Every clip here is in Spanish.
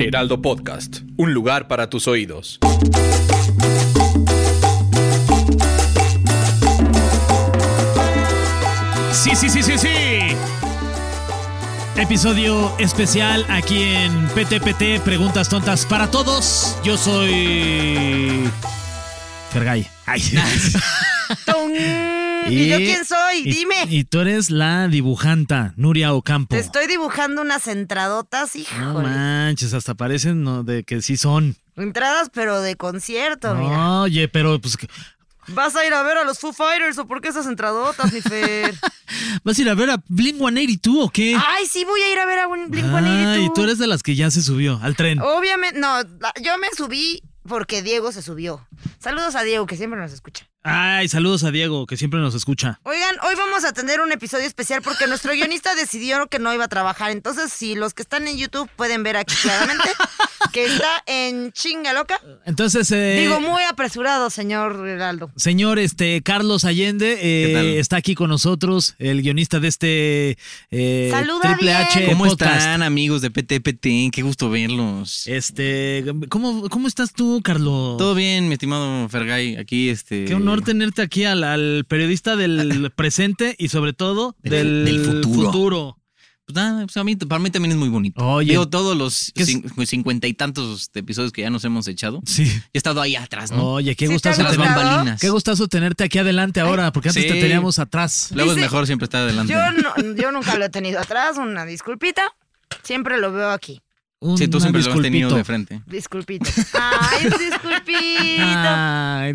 Heraldo Podcast, un lugar para tus oídos. Sí, sí, sí, sí, sí. Episodio especial aquí en PTPT, preguntas tontas para todos. Yo soy. Fergay. Ay. ¡Tum! Mm, ¿Y, yo quién soy? y- Dime. Y tú eres la dibujanta, Nuria Ocampo. Te estoy dibujando unas entradotas, No híjole. manches, hasta parecen no, de que sí son. Entradas, pero de concierto, Oh, mira. Oye, pero pues ¿Vas a ir a ver a los Foo Fighters o por qué esas entradotas, mi Fer? ¿vas a ir a ver a Blink 182 o qué? Ay, sí, voy a ir a ver a un Ah, Blink Ay, 182. tú eres de las que ya se subió al tren. Obviamente, no, la- yo me subí porque Diego se subió. Saludos a Diego, que siempre nos escucha. Ay, saludos a Diego, que siempre nos escucha. Oigan, hoy vamos a tener un episodio especial porque nuestro guionista decidió que no iba a trabajar. Entonces, si los que están en YouTube pueden ver aquí claramente que está en chinga loca. Entonces, eh, Digo, muy apresurado, señor Heraldo. señor este Carlos Allende eh, ¿Qué tal? está aquí con nosotros, el guionista de este eh, Saluda Triple bien. H ¿Cómo podcast. están, amigos de PTPT? Qué gusto verlos. Este, ¿cómo, ¿cómo estás tú, Carlos? Todo bien, mi estimado Fergay, aquí este. Qué honor tenerte aquí al, al periodista del presente y sobre todo del, Del- del futuro. futuro. Pues nada, pues a mí, para mí también es muy bonito. Oye. Digo, todos los ¿Qué es? cin- pues, cincuenta y tantos episodios que ya nos hemos echado. Yo Sí. he estado ahí atrás, ¿no? Oye, qué Sí, gustazo te ha Las tenerte- gustado. bambalinas. Oh, Qué gustazo tenerte aquí adelante ahora, porque antes Sí. te teníamos atrás. Luego Dice- es mejor siempre estar adelante. Yo, no- yo nunca lo he tenido atrás, una disculpita. Siempre lo veo aquí. Sí, tú Una siempre lo has tenido Mm, disculpito. de frente. Disculpito. Ay, Ay, disculpito. Qué bonito. Ah,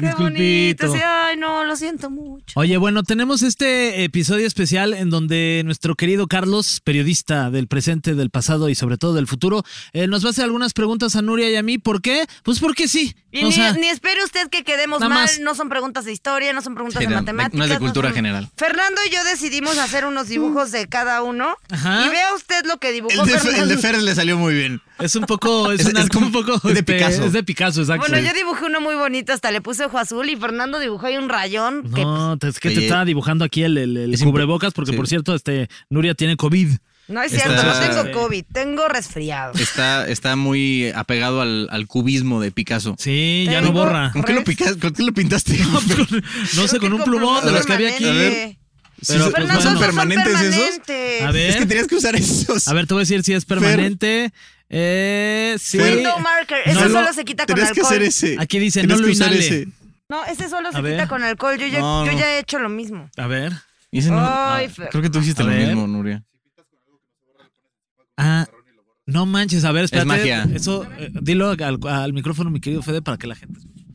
disculpito. Sí, ay, no, lo siento mucho. Oye, bueno, tenemos este episodio especial en donde nuestro querido Carlos, periodista del presente, del pasado y sobre todo del futuro, eh, nos va a hacer algunas preguntas a Nuria y a mí. ¿Por qué? Pues porque sí. Y O ni, sea, ni espere usted que quedemos nada mal. más. No son preguntas de historia, no son preguntas Sí, de no, matemáticas. no es de cultura son- general. Fernando y yo decidimos hacer unos dibujos de cada uno. Ajá. Y vea usted lo que dibujó Fernando. le salió muy bien. es un poco, es, Es- un es arte como- un poco es de este, Picasso. Es de Picasso, exacto. Bueno, yo dibujé uno muy bonito, hasta le puse ojo azul y Fernando dibujó ahí un rayón. que, pues, no, te- es que te Oye, estaba dibujando aquí el, el- el es impre- cubrebocas, porque sí. por cierto, este Nuria tiene COVID. no es Está- cierto, no tengo COVID, tengo resfriado. Está, está muy apegado al, al cubismo de Picasso. Sí, ya Tengo- no borra. ¿Con qué lo, pica- con qué lo pintaste? Ah. No, con- no sé, Creo que con un plumón de los que había aquí. permanente. Pero, pues, Fernando, bueno. esos son ¿Permanentes esos? permanentes. A ver. tenías que usar esos. A ver, te voy a decir si es permanente. Eh, sí. Window marker, No ese lo- solo se quita con alcohol. ese. Aquí dice, Tenías no lo que usar inhale. ese. No, ese solo se A ver. quita con alcohol. Yo ya, No, yo no. ya he hecho lo mismo. A ver. Y ese no- Ay, ah, Fer. creo que tú hiciste A lo ver. mismo, Nuria. Ah, no manches, a ver, espérate. magia. Eso, eh, dilo al, al micrófono, mi querido Fede, para que la gente escuche.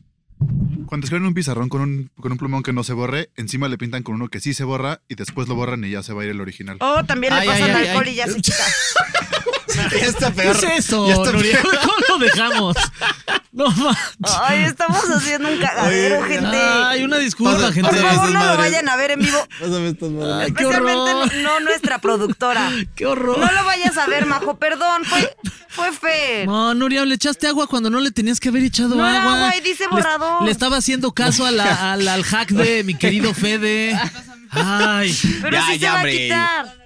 Cuando escriben un pizarrón con un, con un plumón que no se borre, encima le pintan con uno que sí se borra y después lo borran y ya se va a ir el original. Oh, también le Ay, pasan ay, ay, alcohol ay. y ya se quita. Ya está ¿Qué es eso, Nuria? ¿Cómo lo dejamos? No manches. Ay, estamos haciendo un cagadero, gente. Ay, una disculpa, Por gente. Por favor, no lo madres. vayan a ver en vivo. Ay, qué Especialmente horror. no, no nuestra productora. Qué horror. No lo vayas a ver, Majo, perdón, fue, fue Fer. No, Nuria, le echaste agua cuando no le tenías que haber echado No era agua. agua, ahí dice Le- borrador. Le, estaba haciendo caso a la- al, al hack de mi querido Fede. Ay, Pero sí se va a quitar.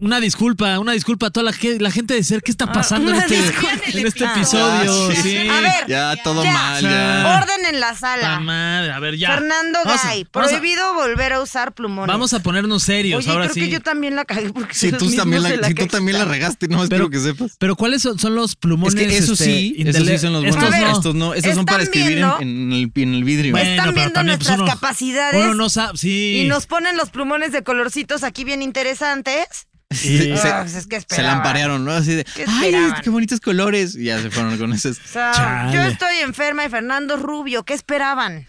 una disculpa, una disculpa a toda la, ge- la gente de ser. ¿Qué está pasando en Ah, una este, disculpa. en este Ah, episodio? sí. Sí. Ah. A ver, Ya, todo ya. mal, ya. Orden en la Ta sala. madre, a ver, ya. Fernando Vamos a- Gay, vamos a- prohibido volver a usar plumones. Vamos a ponernos serios Oye, ahora creo sí. que yo también la cagué porque Si ustedes tú mismos también se la, si tú cagué. también la regaste, no, espero que sepas. Pero ¿cuáles son, son los plumones? este, esos indele- sí son los estos no. buenos. A ver, Estos no, estos son para ¿están escribir en, viendo? en el, en el vidrio. Bueno, Están pero viendo también, pues, nuestras uno- capacidades Uno no sabe, sí. Y nos ponen los plumones de colorcitos aquí bien interesantes. Sí. Se- Ah, pues es que Se esperaban. lamparearon, ¿no? Así de, ¿Qué ay, esperaban? qué bonitos colores. Y ya se fueron con esos. O sea, Chale. yo estoy enferma y Fernando Rubio, ¿qué esperaban?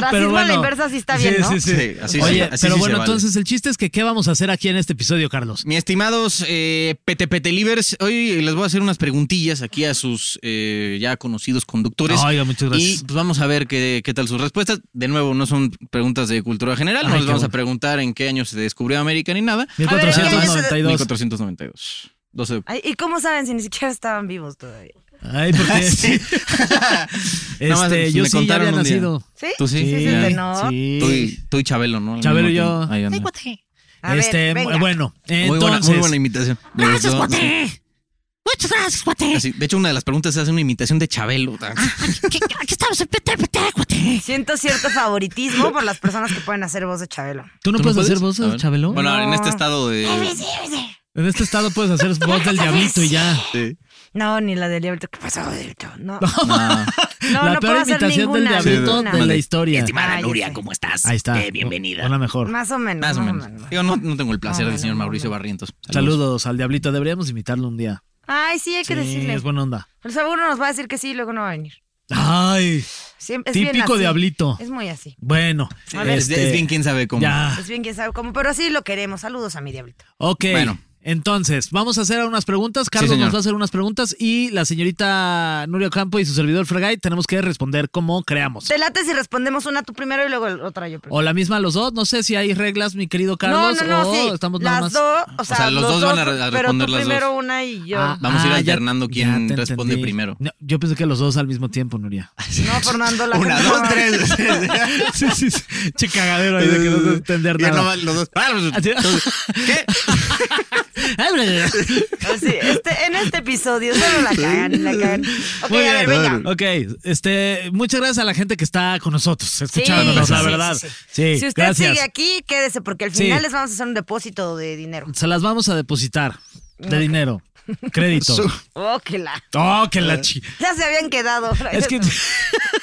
Racismo a la inversa sí está bien, sí, ¿no? Sí, sí. Sí, así Oye, sí, así pero sí se bueno, vale. entonces el chiste es que ¿qué vamos a hacer aquí en este episodio, Carlos? Mi estimados eh, petepetelivers, hoy les voy a hacer unas preguntillas aquí a sus eh, ya conocidos conductores. Oiga, muchas gracias. Y pues vamos a ver qué, qué tal sus respuestas. De nuevo, no son preguntas de cultura general, Ay, no les qué vamos bueno. a preguntar en qué año se descubrió América ni nada. A ver, ¿en qué año se- 1492. 1492. 12 de- Ay, ¿Y cómo saben si ni siquiera estaban vivos todavía? Ay, porque Ah, Nada más, Eh, este, pues, yo me sí ya contaron había un día. nacido. ¿Sí? Tú sí. Sí, ya. sí, no. Sí. Tú y, tú y Chabelo, ¿no? Al Chabelo y mismo yo. tiempo. Ahí anda. A ver, Este, venga. bueno, Muy, buena, entonces, muy buena imitación. De los dos, Muchas gracias, cuate. así. De hecho, una de las preguntas hace una imitación de Chabelo. Aquí, aquí estamos en PT, PT, cuate. Siento cierto favoritismo por las personas que pueden hacer voz de Chabelo. ¿tú no ¿Tú puedes hacer A voces, ver. Chabelo? Bueno, en No. este estado de. En este estado puedes hacer voz del diablito y ya. No, ni la del diablito. ¿Qué pasó, diablito? No, no, Ah, la no puedo peor imitación hacer del ninguna. diablito ninguna. de la historia. Estimada Ay, Nuria, sí. ¿cómo estás? Ahí está. bienvenida. Una mejor. Más o menos. Más o menos. Yo no, no tengo el placer No, del no, señor no, Mauricio no. Barrientos. Saludos al diablito. Deberíamos invitarlo un día. Ay, sí, hay que Sí, decirle. es buena onda. El seguro nos va a decir que sí y luego no va a venir. Ay, Siempre, es bien típico así. diablito. Ah. Es muy así. Bueno, A ver, es- este, es bien quién sabe cómo. ya. Es bien que sabe cómo, pero así lo queremos. Saludos a mi diablito. Ok. Bueno. Entonces, vamos a hacer unas preguntas. Carlos señor. nos va a hacer unas preguntas y la señorita Nuria Campo y su servidor Fregay tenemos que responder como creamos. Te late si respondemos una tú primero y luego el- otra yo primero. O la misma los dos. No sé si hay reglas, mi querido no, Carlos. no, no, o sí. estamos nada más. las dos, o sea, sea, los dos van a re- Pero a tú responder las dos. primero una y yo. Ah, Vamos a ir ah, ya- alternando ya quién te responde entendí. primero. No, yo pensé que los dos al mismo tiempo, Nuria. No, Fernando, la Una, gente dos, no- tres. sí, sí, sí. Che cagadero ahí de que no se entender Y nada. Ah, nomás los dos. Ah, pues, Así- ¿Qué? Ay, bla, bla, bla. Sí, este, en este episodio solo la cagan, la cagan. Ok, Muy a ver, bien. venga. Ok, este, muchas gracias a la gente que está con nosotros, escuchándonos, sí, la sí, verdad. Sí, sí, si usted gracias. sigue aquí, quédese, porque al Sí. final les vamos a hacer un depósito de dinero. Se las vamos a depositar de dinero, crédito. Oh, que la. Oh, que Eh, la chi. Ya se habían quedado. Es que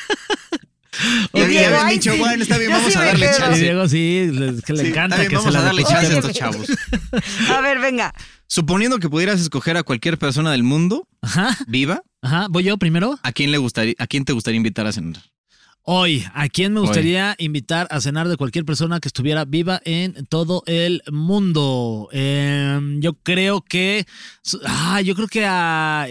Y Ya Diego, habían ay, dicho, sí. bueno, está bien, Yo vamos sí a me darle quedo. a chance. Diego sí, le- que le Sí, encanta que está bien, se vamos la a darle chance a depositemos. estos chavos. A ver, venga. Suponiendo que pudieras escoger a cualquier persona del mundo Ajá, viva, ajá, voy yo primero. ¿a quién le gustaría, a quién te gustaría invitar a cenar? Hoy, ¿a quién me Hoy. gustaría invitar a cenar de cualquier persona que estuviera viva en todo el mundo? Em, yo creo que. Ah, yo creo que a.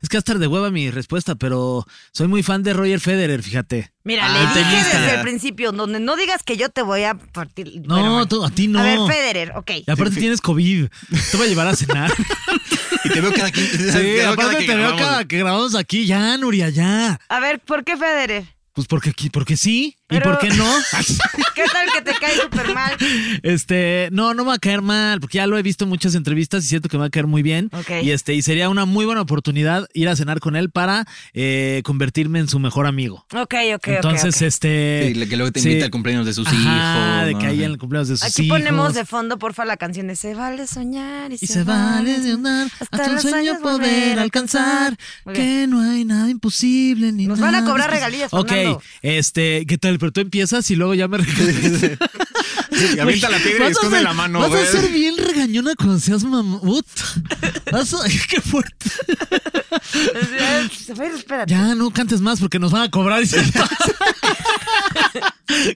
Es que va a estar de hueva mi respuesta, pero soy muy fan de Roger Federer, fíjate. Mira, Ah, le dije tenista. desde el principio, donde no digas que yo te voy a partir. No, Bueno, bueno. tú- a ti no. A ver, Federer, ok. Y aparte tienes COVID. Te voy a llevar a cenar. Y te veo cada quien. te sí, veo cada aparte que te veo grabamos. cada que grabamos aquí. Ya, Nuria, ya. A ver, ¿por qué Federer? Pues porque, aquí- porque sí. ¿Y Pero- por qué no? ¿Qué tal que te cae súper mal? Este, no, no me va a caer mal, porque ya lo he visto en muchas entrevistas y siento que me va a caer muy bien. Ok. Y este, y sería una muy buena oportunidad ir a cenar con él para eh, convertirme en su mejor amigo. Ok, ok, Entonces, ok. ok. este. Sí, le- que luego te sí. invita al cumpleaños de sus Ajá, hijos. de ¿no? que ahí en el cumpleaños de sus Aquí hijos. ponemos de fondo, porfa, la canción de Se vale soñar y, Y se vale de soñar". andar Hasta hasta un los sueño sueños poder volver a alcanzar. alcanzar. Muy Que no hay nada imposible ni Nos van a nada cobrar imposible. regalías, Ok, Fernando. este, ¿qué tal? Pero tú empiezas y luego ya me regalas. Y avienta la piedra y Vas a esconde ser- la mano, Vas güey. a ser bien regañona cuando seas mamut. Vas a- ¡Qué fuerte! A ver, espérate. Ya, no cantes más porque nos van a cobrar. y se pasa.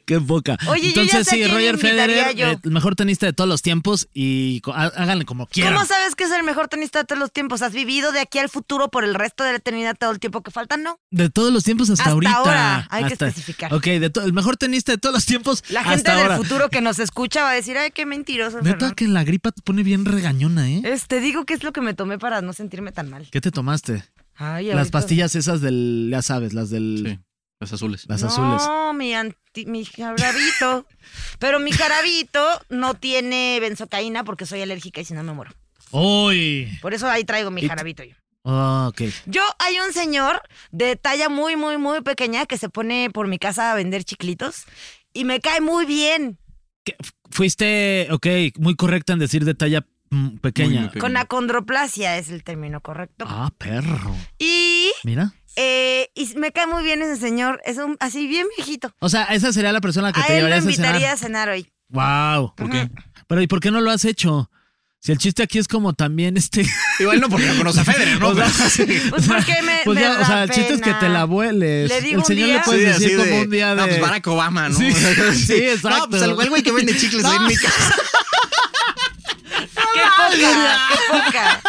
¡Qué poca! Oye, yo ya Entonces, sé sí, a quién Roger invitaría Federer, yo. eh, el mejor tenista de todos los tiempos y co- há- háganle como quieran. ¿Cómo sabes que es el mejor tenista de todos los tiempos? ¿Has vivido de aquí al futuro por el resto de la eternidad todo el tiempo que falta? No. De todos los tiempos hasta, Hasta ahorita. ahora, hay que Hasta- especificar. Ok, de to- el mejor tenista de todos los tiempos. La gente hasta del ahora. futuro que nos escucha va a decir, ay, qué mentiroso. Neta Fernando". que la gripa te pone bien regañona, ¿eh? Es, te Este, digo que es lo que me tomé para no sentirme tan mal. ¿Qué te tomaste? Ay, Las ahorita- pastillas esas del, ya sabes, las del, Sí, los azules. las no, azules. mi, anti- mi jarabito. Pero mi jarabito no tiene benzocaína porque soy alérgica y si no me muero. ¡Uy! Por eso ahí traigo mi Y- jarabito yo. Ah, ok. Yo, hay un señor de talla muy, muy, muy pequeña que se pone por mi casa a vender chiclitos y me cae muy bien. Fuiste, ok, muy correcta en decir de talla mm, pequeña. Muy, muy pequeña. Con acondroplasia es el término correcto. Ah, perro. Y, Mira. eh, y me cae muy bien ese señor. Es un así bien viejito. O sea, esa sería la persona Ah, que A te él lo llevarías a invitaría cenar. a cenar hoy. Wow. ¿Por qué? Pero ¿y por qué no lo has hecho? Si el chiste aquí es como también este. Igual no porque no conoce a Federer, ¿no? O sea, Pues porque me, Pues me ya, da o sea, el chiste es que pena. te la vueles. Le digo el un señor día. le puede Sí, decir así como de, un día de. No, pues Barack Obama, ¿no? Sí, O sea, sí, exacto. No, pues el güey- el güey que vende chicles ahí en mi casa. ¡Qué poca! ¡Qué poca!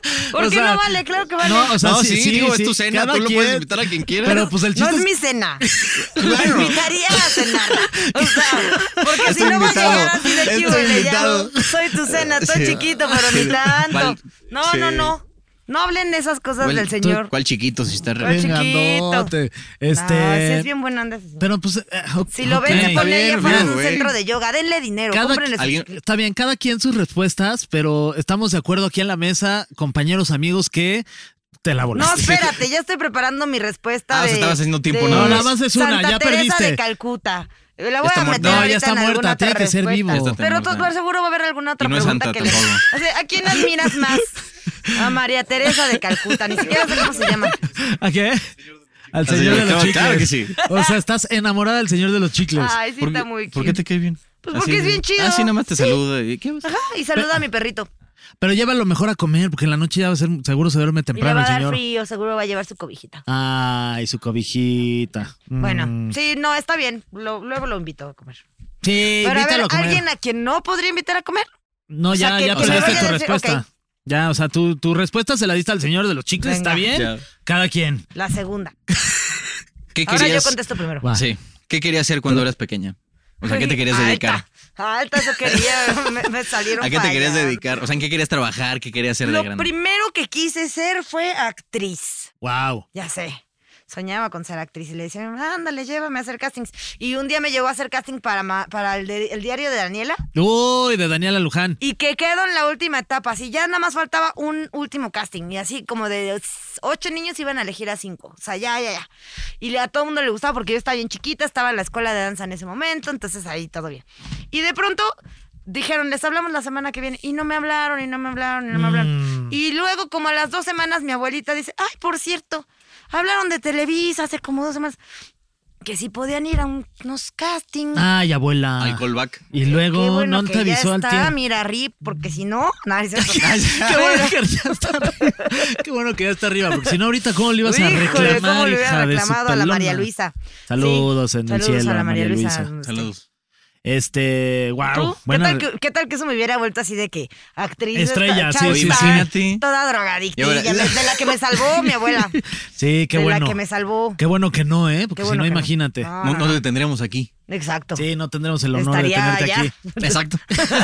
¿Por O qué sea, no vale? Claro que vale. No, o sea, No, sí, sí, sí, digo, sí, es tu cena, cada tú lo puedes quien, invitar a quien quieras. Pero pues el no chiste es es mi cena. Claro. Me invitaría a cenar. O sea, porque si Estoy no vas a invitado. llegar así de Estoy chivo, ya invitado. no, soy tu cena, estoy Sí. chiquito, pero ni Sí. tanto. Val- No, sí. no, no. No hablen de esas cosas ¿Cuál- del señor. ¿Cuál chiquito si está re... Ay, bien chiquito. grandote. Este. No, sí es bien buena onda ese señor. Pero pues. eh, ok, Si lo ven, ok. se está pone ahí bien, afuera de bien, un güey. centro de yoga. Denle dinero, Cada- cómprenle sus alguien- Está bien, cada quien sus respuestas, pero estamos de acuerdo aquí en la mesa, compañeros, amigos, que te la No, volaste. espérate, ya estoy preparando mi respuesta. Ah, o sea, de- estabas haciendo tiempo de nada No, nada más es una, Santa ya Teresa de perdiste. Calcuta. Eh, La voy está a meter muerta. No, ya ahorita está en alguna muerta, otra tiene que ser respuesta. vivo. Ya está Pero muerta. tú, seguro va a haber alguna otra Y no es pregunta santa que le. tampoco. O sea, ¿A quién admiras más? A María Teresa de Calcuta, ni siquiera sé cómo se llama. ¿A qué? Al Al señor de los chicles. Claro que sí. O sea, estás enamorada del señor de los chicles. Ay, sí, ¿Por está qué- muy ¿Por qué cute. te cae bien? Pues porque es bien chido. Ah, sí, nada más te Sí. saluda. ¿Y qué vas? Ajá, y saluda a mi perrito. Pero llévalo mejor a comer, porque en la noche ya va a ser, seguro se duerme Y le temprano va a el dar señor. frío, seguro va a llevar su cobijita. Ay, su cobijita. Mm. Bueno, sí, no, está bien. Lo- luego lo invito a comer. Sí, Pero a ver, invítalo a comer. ¿alguien a quien no podría invitar a comer? No, o sea, ya, que- ya que me pasaste vaya tu a decir, respuesta. ok. Ya, o sea, tu, tu respuesta se la diste al señor de los chicles, Venga. ¿está bien? Ya. Cada quien. La segunda. ¿Qué Ahora yo querías? contesto primero. Va. Sí. ¿Qué querías hacer cuando eras pequeña? O sea, ¿qué te querías dedicar? Alta, alta eso quería, me, me salieron ¿A qué te querías fallas. dedicar? O sea, ¿en qué querías trabajar? ¿Qué querías hacer de Lo grande? primero que quise ser fue actriz. Wow. Ya sé. Soñaba con ser actriz y le decían, ándale, llévame a hacer castings. Y un día me llevó a hacer casting para, ma- para el, de- el diario de Daniela Uy, de Daniela Luján. y que quedó en la última etapa. Así ya nada más faltaba un último casting. Y así como de ocho niños iban a elegir a cinco. O sea, ya, ya, ya. Y le- a todo el mundo le gustaba porque yo estaba bien chiquita, estaba en la escuela de danza en ese momento, entonces ahí todo bien. Y de pronto dijeron, les hablamos la semana que viene. Y no me hablaron, y no me hablaron, y no me hablaron. Y luego, como a las dos semanas, mi abuelita dice, ay, por cierto, hablaron de Televisa hace como dos semanas. Que si podían ir a un- unos castings. Ay, abuela. Al callback. Y luego Qué bueno no te que ya avisó al está, tío. mira, Rip, porque si no, nada, es cierto. Qué bueno que ya está arriba. Qué bueno que ya está arriba, porque si no ahorita cómo le ibas a Híjole, reclamar, ¿cómo le hubiera hija de su reclamado a la pelona? María Luisa? Saludos Sí, en el saludos cielo a la María Luisa. Saludos. Este, wow, ¿Tú? ¿Qué, buena tal que, qué tal que eso me hubiera vuelto así de que actriz? Estrella, esta- sí, chava, sí, imagínate. Toda Y drogadictilla, ahora- de la que me salvó mi abuela. Sí, qué de bueno. la que me salvó. Qué bueno que no, eh, porque Qué bueno si que no no. imagínate. No, No, no te tendríamos aquí. Exacto. Sí, no tendremos el honor Estaría de tenerte allá. aquí. Exacto.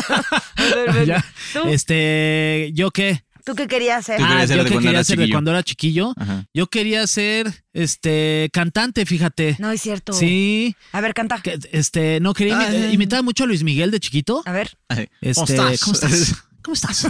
Ya. ¿Tú? Este, ¿yo qué? ¿Tú qué querías hacer? Tú- Ah, querías ser yo de que cuando quería eras ser de chiquillo. cuando era chiquillo. Ajá. Yo quería ser este cantante, fíjate. No Ah. es cierto. Sí. A ver, canta. que, este, no quería imi- Ay. eh, imitar mucho a Luis Miguel de chiquito. A ver. Ay, Este, ¿Cómo estás? ¿Cómo estás? ¿Cómo estás?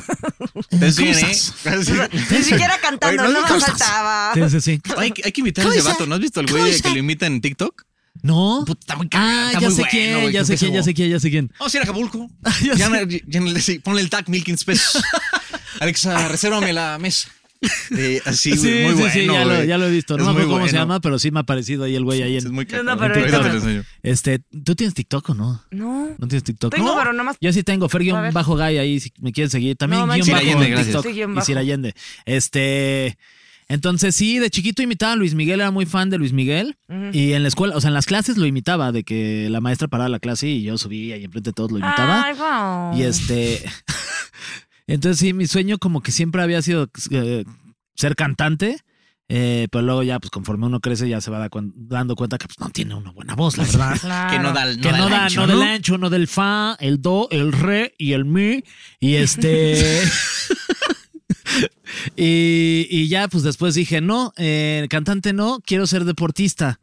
¿Estás bien, ¿Cómo eh? Ni siquiera cantando, Oye, no, no me le gustas. faltaba. Sí, sí, sí. Hay, hay que invitar a ¿Cómo ese está? vato. ¿No has visto al ¿Cómo güey está? que lo imita en TikTok? No. Puta, está muy cagado, Ah, está ya muy sé bueno, quién, güey, ya creo sé que quién, ya eso- sé quién, ya sé quién. Vamos a ir a Acapulco. Ah, Ya Ya, sé. me- ya- ya- sí, ponle el tag, 1500 pesos. Alexa, resérvame la mesa. Eh, así, Sí, güey, muy sí, bueno. sí, ya lo, güey. ya lo he visto. No Es me acuerdo muy cómo se bueno. llama, pero sí me ha aparecido ahí el güey ahí Es en. muy cagado. No, pero Ahorita te lo ahorita- enseño. Este, ¿tú tienes TikTok o no? No. No tienes TikTok. Tengo, ¿No? pero nomás- Yo sí tengo A ver. Fergion bajo guy ahí si me quieren seguir. También No, guión manches. bajo Sir Allende, en gracias. TikTok. Sí, guión y bajo. Sir Allende. Este. Entonces, sí, de chiquito imitaba a Luis Miguel, era muy fan de Luis Miguel. Y en la escuela, o sea, en las clases lo imitaba, de que la maestra paraba la clase y yo subía y enfrente de todos lo imitaba. Ay, wow. Y este. Entonces, sí, mi sueño como que siempre había sido eh, ser cantante. eh, pero luego ya, pues conforme uno crece, ya se va da cuen- dando cuenta que pues, no tiene una buena voz, la verdad. Claro. Que no da, no Que da no el da, ancho, no ¿no? del ancho, no del fa, el do, el re y el mi. Y este. y, y ya, pues después dije, no, eh, cantante no, quiero ser deportista.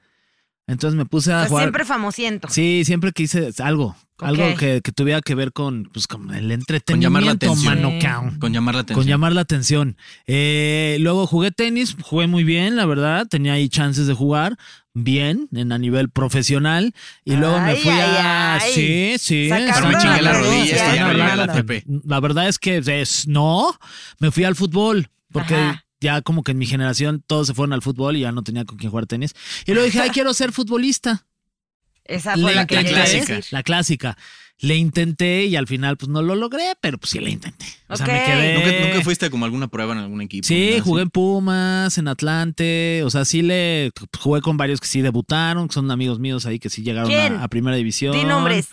Entonces me puse a O sea, jugar. siempre famosiento. Sí, siempre quise algo. Ok. Algo que, que tuviera que ver con, pues, con el entretenimiento, llamar la atención. mano, Sí. cabrón. Con llamar la atención. Con llamar la atención. Eh, luego jugué tenis, jugué muy bien, la verdad. Tenía ahí chances de jugar bien en a nivel profesional. Y luego me Ay, fui ay, a. ay. Sí, sí. Sacando Pero me estaba- chingué la la rodilla, esto ya no llega a la rodilla. TP. la verdad es que es- no, me fui al fútbol porque Ajá. ya como que en mi generación todos se fueron al fútbol y ya no tenía con quién jugar tenis. Y luego dije, ay, quiero ser futbolista. Esa fue la, que la llegué a clásica. decir. La clásica. le intenté y al final pues no lo logré, pero pues sí le intenté. O sea, me Ok. quedé. ¿Nunca, nunca ¿eh? fuiste a como alguna prueba en algún equipo? Sí, nada jugué así? en Pumas, en Atlante, o sea, sí le pues, jugué con varios que sí debutaron, que son amigos míos ahí que sí llegaron ¿Quién? a, a primera división. Di nombres.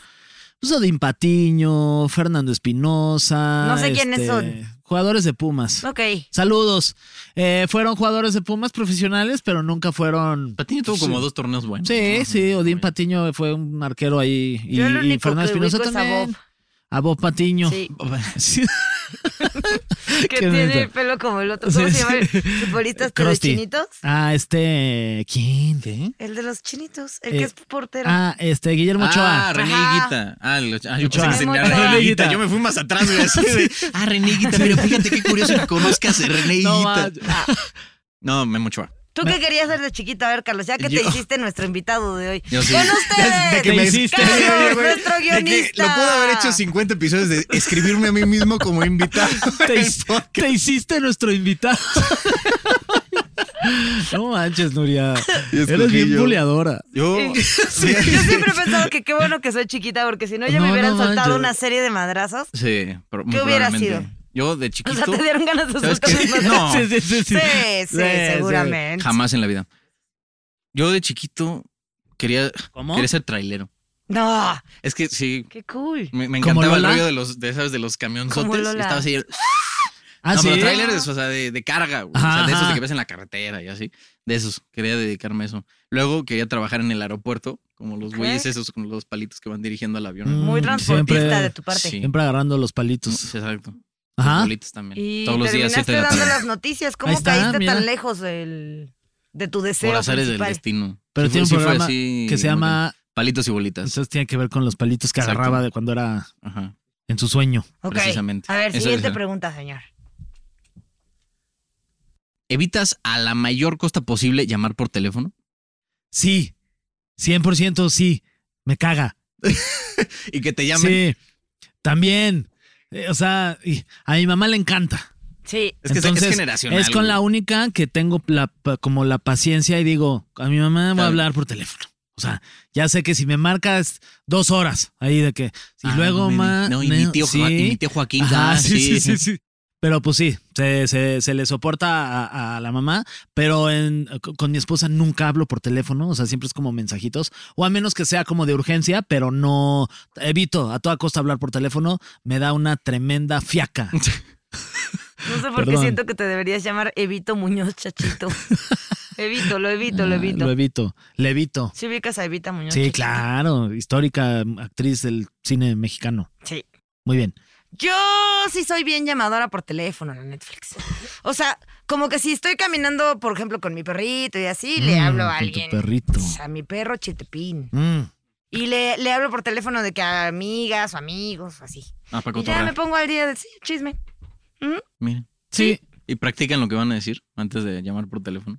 Pues Odín Patiño, Fernando Espinosa. No sé quiénes este, son. Jugadores de Pumas. Ok. Saludos. Eh, fueron jugadores de Pumas profesionales, pero nunca fueron. Patiño tuvo como dos torneos buenos. Sí, ¿no? sí, Odín Patiño fue un arquero ahí. Y, Yo el y único Fernando que Espinosa ubico es a también. A Bob Patiño. Sí. Sí. Que Qué tiene neta. el pelo como el otro. ¿Cómo Sí, se llama? sí. el futbolista este de Krusty. chinitos? Ah, este. ¿Quién? ¿Qué? El de los chinitos, el Eh, que es portero. Ah, este, Guillermo Ah, Ochoa. René Ajá. Higuita. Ah, lo- ah, yo Ochoa. pensé que se Remo me Ochoa. René Higuita. Higuita. Yo me fui más atrás, güey. así de, ah, René Higuita. Mira, fíjate qué curioso que conozcas a René No, Higuita. más. No, Memo Ochoa. ¿Tú qué querías ser de chiquito? A ver, Carlos, ya que te Yo- hiciste nuestro invitado de hoy. Yo sí. ¡Con Ya- ustedes! de que me hiciste. Carlos, Oye, güey, nuestro de que guionista. Lo pude haber hecho 50 episodios de escribirme a mí mismo como invitado. Te, en his- el podcast. te hiciste nuestro invitado. no manches, Nuria. Y escogí Eres bien yo. buleadora. Yo, Sí, Yo siempre he pensado que qué bueno que soy chiquita, porque si no ya me No, hubieran no soltado manches. una serie de madrazos. Sí, pero muy ¿Qué hubiera probablemente. sido? Yo de O chiquito. sea, te dieron ganas de ¿Sabes soltar qué? unas madrazos. No, Sí, sí, sí, sí. Sí, sí, Sí, sí. seguramente. jamás en la vida. Yo de chiquito quería, ¿Cómo? quería ser trailero. No, Es que sí, qué cool. me, me ¿Como encantaba el Lola? rollo de los, de, ¿sabes? de los Como camionzotes. Lola. Estaba así. Ah, no, sí. pero trailer o sea, de, de carga, güey. O sea, Ajá, de esos ajá. de que ves en la carretera y así. De esos. Quería dedicarme a eso. Luego quería trabajar en el aeropuerto, como los Ok. güeyes esos con los palitos que van dirigiendo al avión. Mm, Muy transportista siempre- de tu parte. Sí. Siempre agarrando los No, palitos. sí, exacto. Los Ajá. bolitos también. Y Todos los días, terminaste siete de la dando tarde. las noticias. ¿Cómo Ahí está, caíste mira. tan lejos del, de tu deseo Por azares del principal? destino. Pero Sí tiene fue- un sí fue programa así, que se muy llama. bien. Palitos y bolitas. Entonces tiene que ver con los palitos que Exacto. agarraba de cuando era Ajá. en su sueño. Ok. Precisamente. A ver, Eso siguiente era. pregunta, señor. ¿Evitas a la mayor costa posible llamar por teléfono? Sí. 100% sí. Me caga. Y que te llamen. Sí. También. Eh, O sea, y a mi mamá le encanta. Sí. Es que es- Entonces, es generacional. Es con la güey. única que tengo la, pa- como la paciencia y digo, a mi mamá voy a Claro. hablar por teléfono. O sea, ya sé que si me marcas dos horas ahí de que. Y Ah, luego, no me di- ma. No, y mi tío, sí. Jo- y mi tío Joaquín. Ajá, ah, sí, sí, sí, sí. Pero pues sí, se, se, se le soporta a, a la mamá, pero en- con- con mi esposa nunca hablo por teléfono, o sea, siempre es como mensajitos, o a menos que sea como de urgencia, pero no, evito a toda costa hablar por teléfono, me da una tremenda fiaca. No sé por qué Perdón. siento que te deberías llamar Evito Muñoz Chachito. Evito, lo evito, lo Ah, evito. Lo evito, le evito. Si ubicas a Evita Muñoz. Sí, Chachito. claro, histórica actriz del cine mexicano. Sí. Muy bien. Yo sí soy bien llamadora por teléfono en la Netflix. O sea, como que si estoy caminando, por ejemplo, con mi perrito y así, le Mm, hablo a con tu alguien. perrito. A mi perro Chitepín. Mm, Y le, le hablo por teléfono de que a amigas o amigos o así. Ah, para Y ya me cotorrear. pongo al día del sí, chisme. Mira. Sí. ¿Y practican lo que van a decir antes de llamar por teléfono?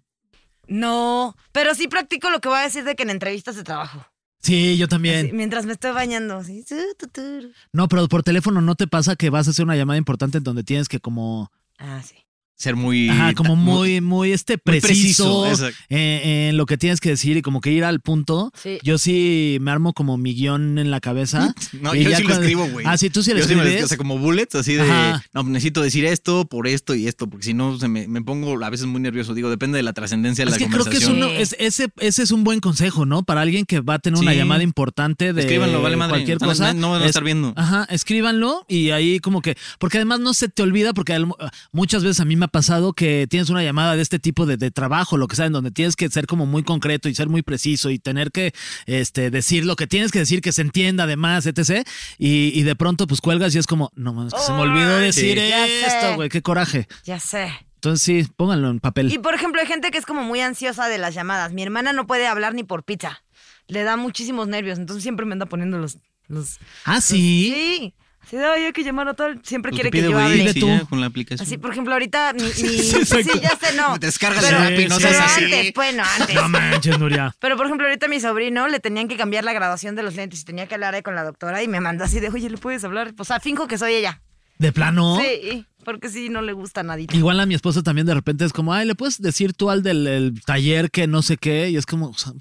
No, pero sí practico lo que voy a decir de que en entrevistas de trabajo. Sí, yo también. Así, mientras me estoy bañando. Así. tu, tu, tu. No, pero por teléfono no te pasa que vas a hacer una llamada importante en donde tienes que como, Ah, sí. Ser muy. ajá, como muy, muy este preciso, exacto. eh, en lo que tienes que decir y como que ir al punto. Sí. Yo sí me armo como mi guión en la cabeza. No, Y yo ya sí lo cuando- escribo, güey. Ah, sí, tú sí lo Yo sí me escribes. o sea, como bullets, así de, Ajá. no, necesito decir esto por esto y esto, porque si no, se me, me pongo a veces muy nervioso. Digo, depende de la trascendencia de es la que creo que es conversación. uno- Sí. es- ese, ese es un buen consejo, ¿no? Para alguien que va a tener una Sí. llamada importante de Escríbanlo, vale madre. cualquier No, no, cosa. no van a es- estar viendo. Ajá, escríbanlo y ahí como que, porque además no se te olvida, porque al- muchas veces a mí me ha pasado que tienes una llamada de este tipo de, de trabajo, lo que sea, en donde tienes que ser como muy concreto y ser muy preciso y tener que este, decir lo que tienes que decir, que se entienda además, etc. Y, y de pronto pues cuelgas y es como, no, mames, que se me olvidó Ay, decir sí. Ya sé. esto, güey, qué coraje. Ya sé. Entonces sí, pónganlo en papel. Y por ejemplo, hay gente que es como muy ansiosa de las llamadas. Mi hermana no puede hablar ni por pizza. Le da muchísimos nervios, entonces siempre me anda poniendo los. los ah, sí. pues sí. Así de, "Ay, hay que llamar a tal. Siempre Pues quiere te pide que yo Waze hable. y Dile tú. ya, con la aplicación. Así, por ejemplo, ahorita mi. mi- sí, sí, exacto. ya sé, no. Descarga Pero- el app y no pero seas así. antes, bueno, antes. No manches, Nuria. Pero por ejemplo, ahorita a mi sobrino le tenían que cambiar la graduación de los lentes y tenía que hablar ahí con la doctora y me mandó así de, oye, ¿le puedes hablar? O sea, finjo que soy ella. ¿De plano? Sí, y- Porque sí, no le gusta a nadie. Igual a mi esposa también de repente es como, ay, le puedes decir tú al del el taller que no sé qué. Y es como, o sea,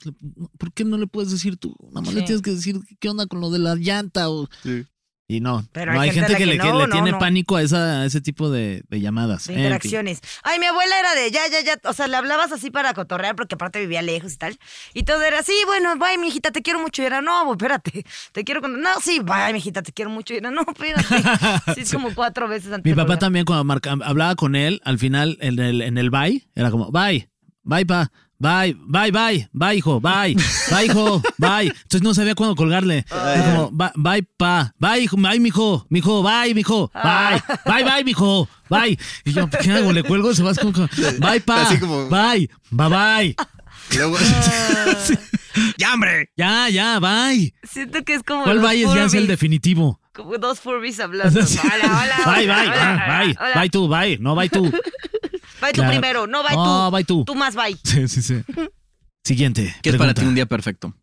¿por qué no le puedes decir tú? Nada más le Sí. tienes que decir qué onda con lo de la llanta. O... Sí. Y no, Pero no, hay hay gente gente, a la que, que le, que no, le no, tiene no. pánico a, esa, a ese tipo de, de llamadas. De En fin. interacciones. Ay, mi abuela era de ya, ya, ya. O sea, le hablabas así para cotorrear, porque aparte vivía lejos y tal. Y todo era, sí, bueno, bye, mi hijita, te quiero mucho. Y era, no, bo, espérate, te quiero con. No, sí, bye, mi hijita, te quiero mucho. Y era, no, espérate. Sí, es como cuatro veces antes. Mi de papá colgar. también cuando marca- hablaba con él, al final en el, en el bye, era como, bye, bye, pa, bye, bye, bye, bye, hijo, bye, bye, hijo, bye. Entonces no sabía cuándo colgarle. Era como, "Ba- bye, pa, bye, hijo, bye, mijo, mijo, bye, mijo, bye, bye, bye, mijo, bye. Y yo, ¿qué hago? ¿Le cuelgo? Se va como, como, bye, pa, Así como- bye, bye, bye. Luego, ¡Ya, hombre! Ya, ya, bye. Siento que es como. ¿Cuál los bye es ya es el Furbies, definitivo? Como dos Furbies hablando. Hola, hola. Bye, hola, bye, hola, ah, hola, bye, hola. bye tú, bye, no bye tú. Bye tú Claro. Oh. primero, no bye tú. No, bye tú. Tú más bye. Sí, sí, sí. Siguiente. ¿Qué es para ti pregunta. un día perfecto?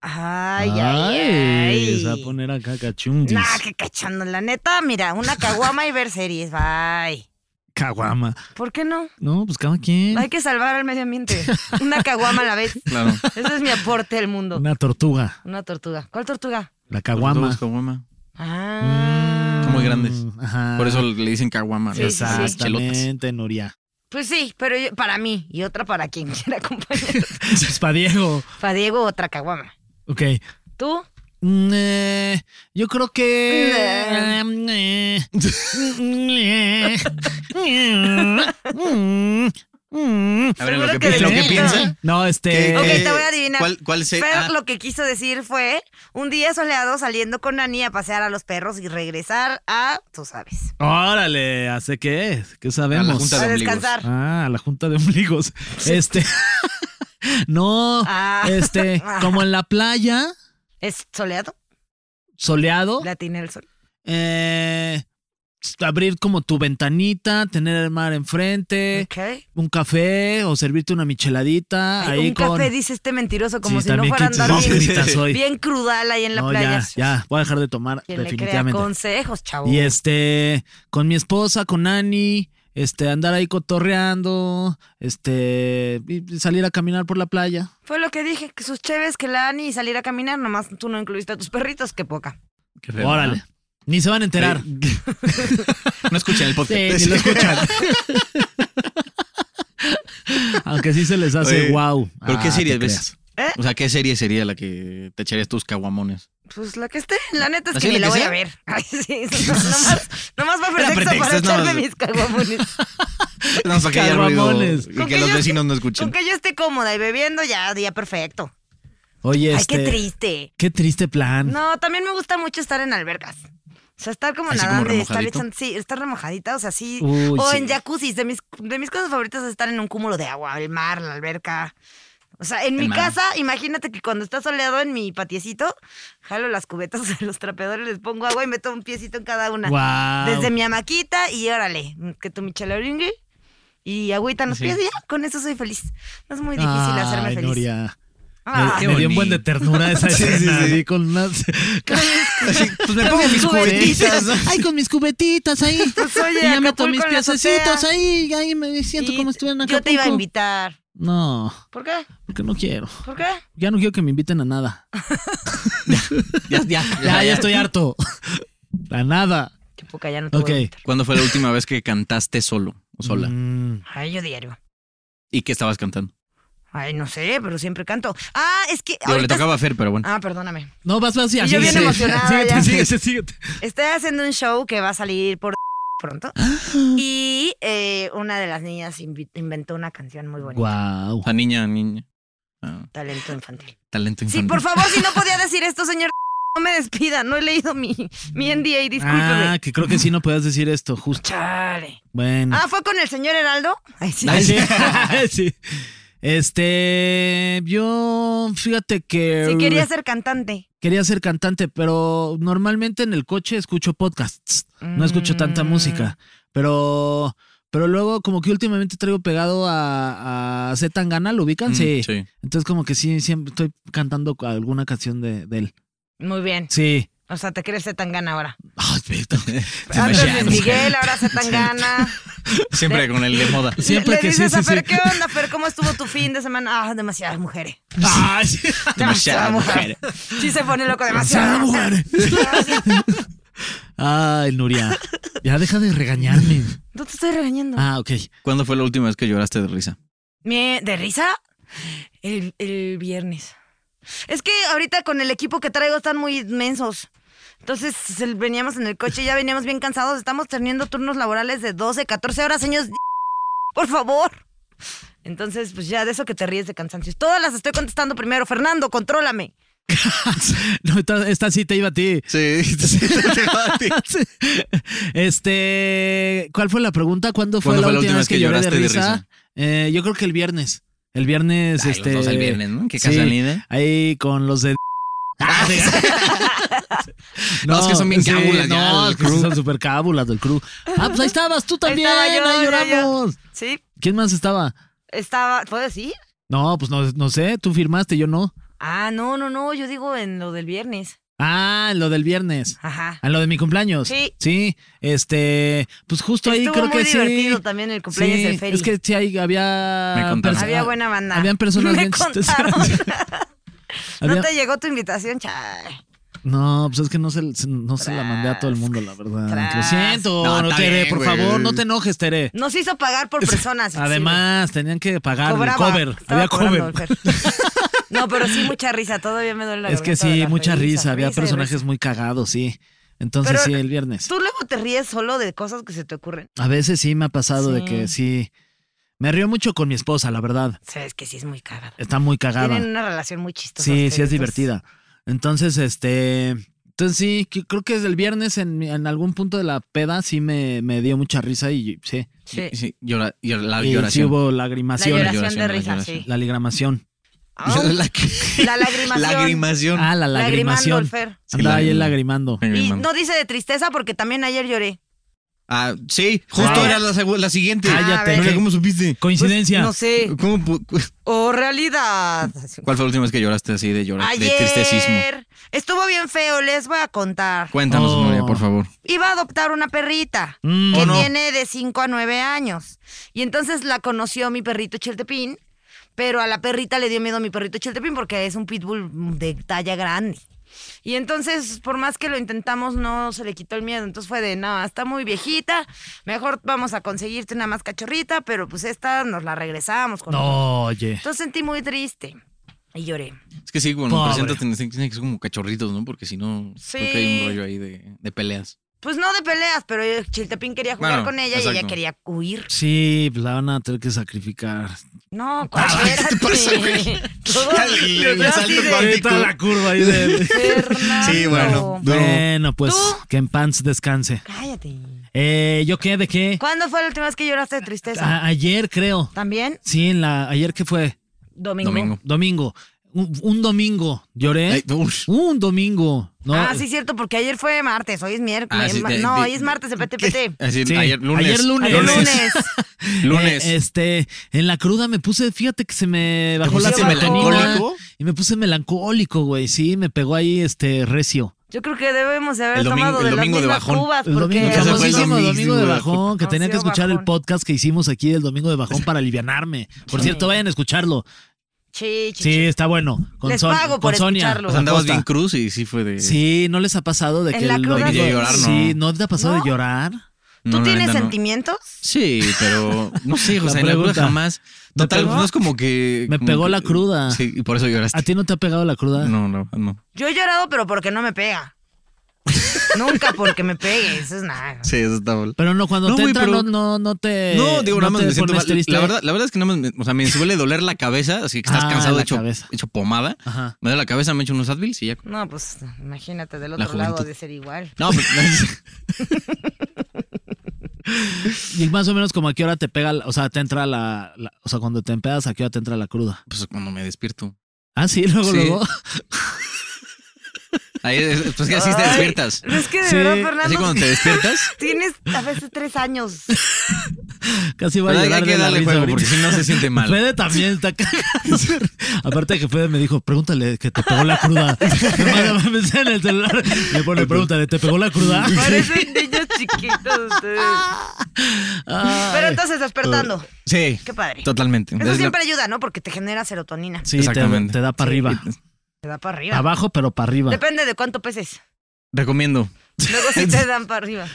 Ay, ay, ay. Se va a poner acá cachundis. Nah, que cachando, la neta, mira, una caguama y ver series, bye. Caguama. ¿Por qué no? No, pues cada quien. Hay que salvar al medio ambiente. Una caguama a la vez. Claro. Ese es mi aporte al mundo. Una tortuga. Una tortuga. ¿Cuál tortuga? La caguama. Tortugas Caguama. Mm. Ah. Son muy grandes. Ajá. Por eso le dicen caguama. Sí, las sí, sí. las chelotas. Exactamente, Nuria. Pues sí, pero yo- para mí y otra para quien quiera acompañar. Es para Diego. para Diego, otra caguama. Ok. ¿Tú? Mm, eh, yo creo que. Nah. Mm, eh. Mm, mm. A ver, en lo Seguro que, que piensa- de lo que niño. piensa. No, este. Ok, Eh, te voy a adivinar. ¿Cuál, cuál se- Fer ah, lo que quiso decir fue un día soleado saliendo con Nani a pasear a los perros y regresar a, tú sabes, Órale, ¿hace qué es? ¿Qué sabemos? junta a de ombligos. descansar. Ah, la junta de ombligos. Este. no. Ah. Este, como en la playa, ¿Es soleado? soleado. Latina el sol. eh, abrir como tu ventanita, tener el mar enfrente, Ok. un café o servirte una micheladita. Ay, ahí un con. café dice este mentiroso como Sí, si no también fuera a qué andar bien, hipócrita soy. bien crudal ahí en la No, playa. ya, ya, voy a dejar de tomar Quien le crea definitivamente. consejos, chavo. Y este, con mi esposa, con Ani, este, andar ahí cotorreando, este, y- y salir a caminar por la playa. Fue lo que dije, que sus cheves, que la Ani y salir a caminar, nomás tú no incluiste a tus perritos, qué poca. qué feo, Órale. Ni se van a enterar. ¿no? No escuchan el podcast. Pues Sí, ni lo escuchan. Aunque sí se les hace Ah, Oye, wow. ¿Pero qué serie ves? ¿Eh? O sea, ¿qué serie sería la que te echarías tus caguamones? Pues la que esté, la neta es ¿Así que ni la la que voy sea? a ver. Ay, sí, no- nomás, nomás va Era pretexto, para pretexto, es echarme nomás- mis caguamones. No, para que haya ruido Caguamones. y Con que que los yo- vecinos no Con escuchen. que yo esté cómoda y bebiendo, ya, día perfecto. Oye, Ay, este, qué triste. qué triste plan. No, también me gusta mucho estar en albercas. O sea, estar como Así como nadando y estar remojadito. echando- sí, estar remojadita, o sea, sí. Uy, o sí. en jacuzzi. De mis, de mis cosas favoritas es estar en un cúmulo de agua, el mar, la alberca. O sea, en mi mar. casa, imagínate que cuando está soleado en mi patiecito, jalo las cubetas de los trapeadores, les pongo agua y meto un piecito en cada una. Guau. Desde mi hamaquita y órale, que tu michela oringue y agüita en los Sí. pies y ya, con eso soy feliz. No es muy difícil hacerme Ay, feliz. Nuria. Eh, Ah, me, me dio un buen de bonito. ternura esa escena. así con unas- Pues me pongo mis cubetitas. Ay, con mis cubetitas ahí. Pues, oye, y ya meto Acapulco mis en la azotea. piececitos ahí. y ahí me siento Y como estuve en Acapulco. Yo te iba a invitar. No, ¿Por qué? porque no quiero. ¿Por qué? Ya no quiero que me inviten a nada. Ya, ya, Ya, ya estoy harto. A nada. Qué poca, ya no te Ok. voy a invitar. ¿Cuándo fue la última vez que cantaste solo o sola? Mm. Ay, yo diario. ¿Y qué estabas cantando? Ay, no sé, pero siempre canto. Ah, es que. Digo, le ahorita- tocaba a Fer, pero bueno. Ah, perdóname. No, vas, vas, ya. Y yo bien síguete. emocionada, Síguete, ya. síguete, síguete. Estoy haciendo un show que va a salir por pronto. Ah. Y eh, una de las niñas invi- inventó una canción muy bonita. Guau. La niña, niña. Ah, Talento infantil. talento Sí, infantil. por favor, si no podía decir esto, señor, no me despida. No he leído mi, mi NDA, discúlpeme. Ah, que creo que sí no puedes decir esto, justo. Chale. Bueno. Ah, fue con el señor Heraldo. Ay, Ah, sí. Ay, sí. Sí. Este, yo, fíjate que Sí, quería ser cantante. quería ser cantante, pero normalmente en el coche escucho podcasts, no escucho tanta Mm. música, pero, pero luego como que últimamente traigo pegado a, a C. Tangana, ¿lo ubican? Mm, sí. Entonces como que sí, siempre estoy cantando alguna canción de, de él. Muy bien. Sí, O sea, te crees Zetangana ahora. Ay, Víctor. Antes Luis imaginas? Miguel, ahora Zetangana. Siempre con el de moda. Siempre le que sí, dices sí, a Fer, sí. ¿qué onda, Fer? ¿Cómo estuvo tu fin de semana? Ah, demasiadas mujeres. Ay, sí. Demasiadas mujeres. Sí se pone loco, demasiadas mujeres. Ay, Nuria. Ya deja de regañarme. No te estoy regañando. Ah, ok. ¿Cuándo fue la última vez que lloraste de risa? Mie- ¿De risa? El, el viernes. Es que ahorita con el equipo que traigo están muy inmensos. Entonces el- veníamos en el coche, ya veníamos bien cansados. Estamos teniendo turnos laborales de 12, 14 horas, señores. Por favor. Entonces, pues ya de eso que te ríes de cansancios. Todas las estoy contestando primero. Fernando, contrólame. No, esta, esta sí te iba a ti. Sí, Pues Este, ¿cuál fue la pregunta? ¿Cuándo fue, ¿Cuándo la, última vez que, lloré de lloraste de risa? risa? Eh, yo creo que el viernes. El viernes, Ay, los este. dos al viernes, ¿no? Qué sí. casualidad. Ahí con los de. Ah, No, es que son bien cábulas ya, No, el es que sí crew. son super cábulas del crew. Ah, pues ahí estabas tú Ahí también. estaba Ahí, yo, ya, ya. lloramos. Sí, ¿Quién más estaba? estaba. ¿Puedo decir? No, pues no, no sé. Tú firmaste, yo no. Ah, no, no, no. Yo digo en lo del viernes. Ah, en lo del viernes. Ajá. A lo de mi cumpleaños. Sí. Sí, este, pues justo ahí Estuvo creo muy que sí. divertido también el cumpleaños Sí, del Feri. Es que sí ahí Me había contaron. perso- Había buena banda. Habían personas Me bien chistosas. contaron. Había- No te llegó tu invitación, chale. No, pues es que no se, se- no se la mandé a todo el mundo, la verdad. Tras. Lo siento, No, no, está Tere, bien, por güey. favor, no te enojes, Tere. Nos hizo pagar por personas. Además, tenían que sí, pagar cobraba. cover. Estaba Había cobrando cover. el Fer. No, pero sí mucha risa, todavía me duele la Es que garganta de sí, la mucha risa, había y personajes muy cagados, sí. Entonces Pero- sí, el viernes. Tú luego te ríes solo de cosas que se te ocurren. A veces sí me ha pasado de Sí. que sí. Me río mucho con mi esposa, la verdad. Sabes que sí es muy cagada. Está muy cagada. Tienen una relación muy chistosa. Sí, ustedes sí es dos. divertida. Entonces, este, entonces sí, que- creo que desde el viernes en, mi- en algún punto de la peda sí me, me dio mucha risa y sí, Sí. Sí, llora, llora- la y sí lloración. hubo La lagrimación, lloración, la, de lloración, la risa, sí. lloración. lagrimación. Au, La, La lagrimación. lagrimación. Ah, la Lagrimando lagrimación. el Fer. Sí, Andaba ahí la- lagrimando. Y no dice de tristeza porque también ayer lloré. Ah, sí, justo Ah. era la, segu- la siguiente. Cállate. Nuria, ¿Cómo supiste? Coincidencia. Pues, No sé. ¿Cómo pu- cu- O realidad. ¿Cuál fue la última vez que lloraste así de llorar, de tristecismo? Ayer estuvo bien feo, les voy a contar. Cuéntanos, Oh. Nuria, por favor. Iba a adoptar una perrita Mm. que ¿O no? tiene de 5 a 9 años. Y entonces la conoció mi perrito Cheltepín, pero a la perrita le dio miedo mi perrito Cheltepín porque es un pitbull de talla grande. Y entonces, por más que lo intentamos, no se le quitó el miedo. Entonces fue de, no, está muy viejita, mejor vamos a conseguirte una más cachorrita, pero pues esta nos la regresamos. Con No, oye. Entonces sentí muy triste y lloré. Es que sí, bueno, Pobre. presentas tienes tienes que ser como cachorritos, ¿no? Porque si no, creo que hay Sí. un rollo ahí de, de peleas. Pues no de peleas, pero Chiltepín quería jugar Bueno, con ella y ella exacto. quería huir. Sí, pues la van a tener que sacrificar. Ah, No, cualquiera. ¿Qué te pasa, güey? Le- le salto Ahí está la curva ahí de... Ah, Sí, bueno. Duro. Bueno, pues ¿Tú? que en pants descanse. Cállate. Eh, ¿yo qué? ¿De qué? ¿Cuándo fue la última vez que lloraste de tristeza? A- ayer creo. ¿También? Sí, en la ayer que fue Domingo. Domingo. Domingo. ¿Eh? Un, un domingo. Lloré. Ay, ush. Un domingo. No, eh. ah, sí, cierto, porque ayer fue martes, hoy es Ah, miércoles. sí, de- no, de- hoy es martes de ¿Qué? PTPT. Así, Sí. Ayer lunes. Ayer lunes. Ayer Lunes. lunes. Lunes. Eh, este, en la cruda me puse, fíjate que se me bajó la pusiste serotonina. melancólico? Y me puse melancólico, güey. Sí, me pegó ahí este recio. Yo creo que debemos de haber El domingo- tomado el de las domingo de mismas bajón. cubas El Pues porque domingo, Ese fue el famosísimo domingo domingo de de bajón, que bajón. tenía que Paseo escuchar el bajón. podcast que hicimos aquí del domingo de bajón para alivianarme. Por Sí. cierto, vayan a escucharlo. Sí, sí, Sí, sí. está bueno. Con Les Son- pago con por Sonia. escucharlo. O sea, Pues andabas Acosta. bien cruz y sí fue de. Sí, ¿no les ha pasado de En que la el cruda domingo- de llorar, ¿no? Sí, ¿no te ha pasado ¿No? de llorar? No, ¿Tú la tienes neta, no. sentimientos? Sí, pero no sé, La o sea, en la cruda pregunta. jamás. ¿Me Total, pegó? no es como que. Me como pegó que- la cruda. Sí, y por eso lloraste. ¿A ti no te ha pegado la cruda? Este. No, no, no. Yo he llorado, pero porque no me pega. Nunca porque me pegue, eso es nada. Sí, eso está mal. Pero no, cuando No, te güey, entra, no, pero- no, eh, no te. No, digo, nada más te me siento pones mal. triste. La verdad, la verdad es que nada más, me- o sea, me suele doler la cabeza, así que estás Ah, cansado, la hecho, cabeza. hecho pomada. Ajá. Me duele la cabeza, me echo unos Advil y ya. No, pues imagínate, del La otro lado ha juventud. de ser igual. No, pues, pero- Y más o menos como a qué hora te pega, la- o sea, te entra la, la- O sea, cuando te empedas, a qué hora te entra la cruda. pues cuando me despierto. Ah, sí, luego, Sí. luego. Ahí, es- pues que así te Ay, despiertas. Es que de Sí, verdad, Así Fernando, cuando te despiertas. tienes a veces tres años. Casi va a ¿Verdad llorar que Hay de que la darle risa juego ahorita. porque si no se siente mal. Fede también está cagado. Aparte que Fede me dijo, pregúntale que te pegó la cruda. Me manda mensaje en el celular. Le pone, pregúntale, ¿te pegó la cruda? Parecen niños chiquitos ustedes. Ay. Pero entonces despertando. Sí. Qué padre. Totalmente. Es Eso la- siempre ayuda, ¿no? Porque te genera serotonina. Sí, te, Exactamente. te da para arriba. Te da para Ah, arriba. Abajo, pero para arriba. Depende de cuánto peses. Recomiendo. Luego sí te dan para arriba.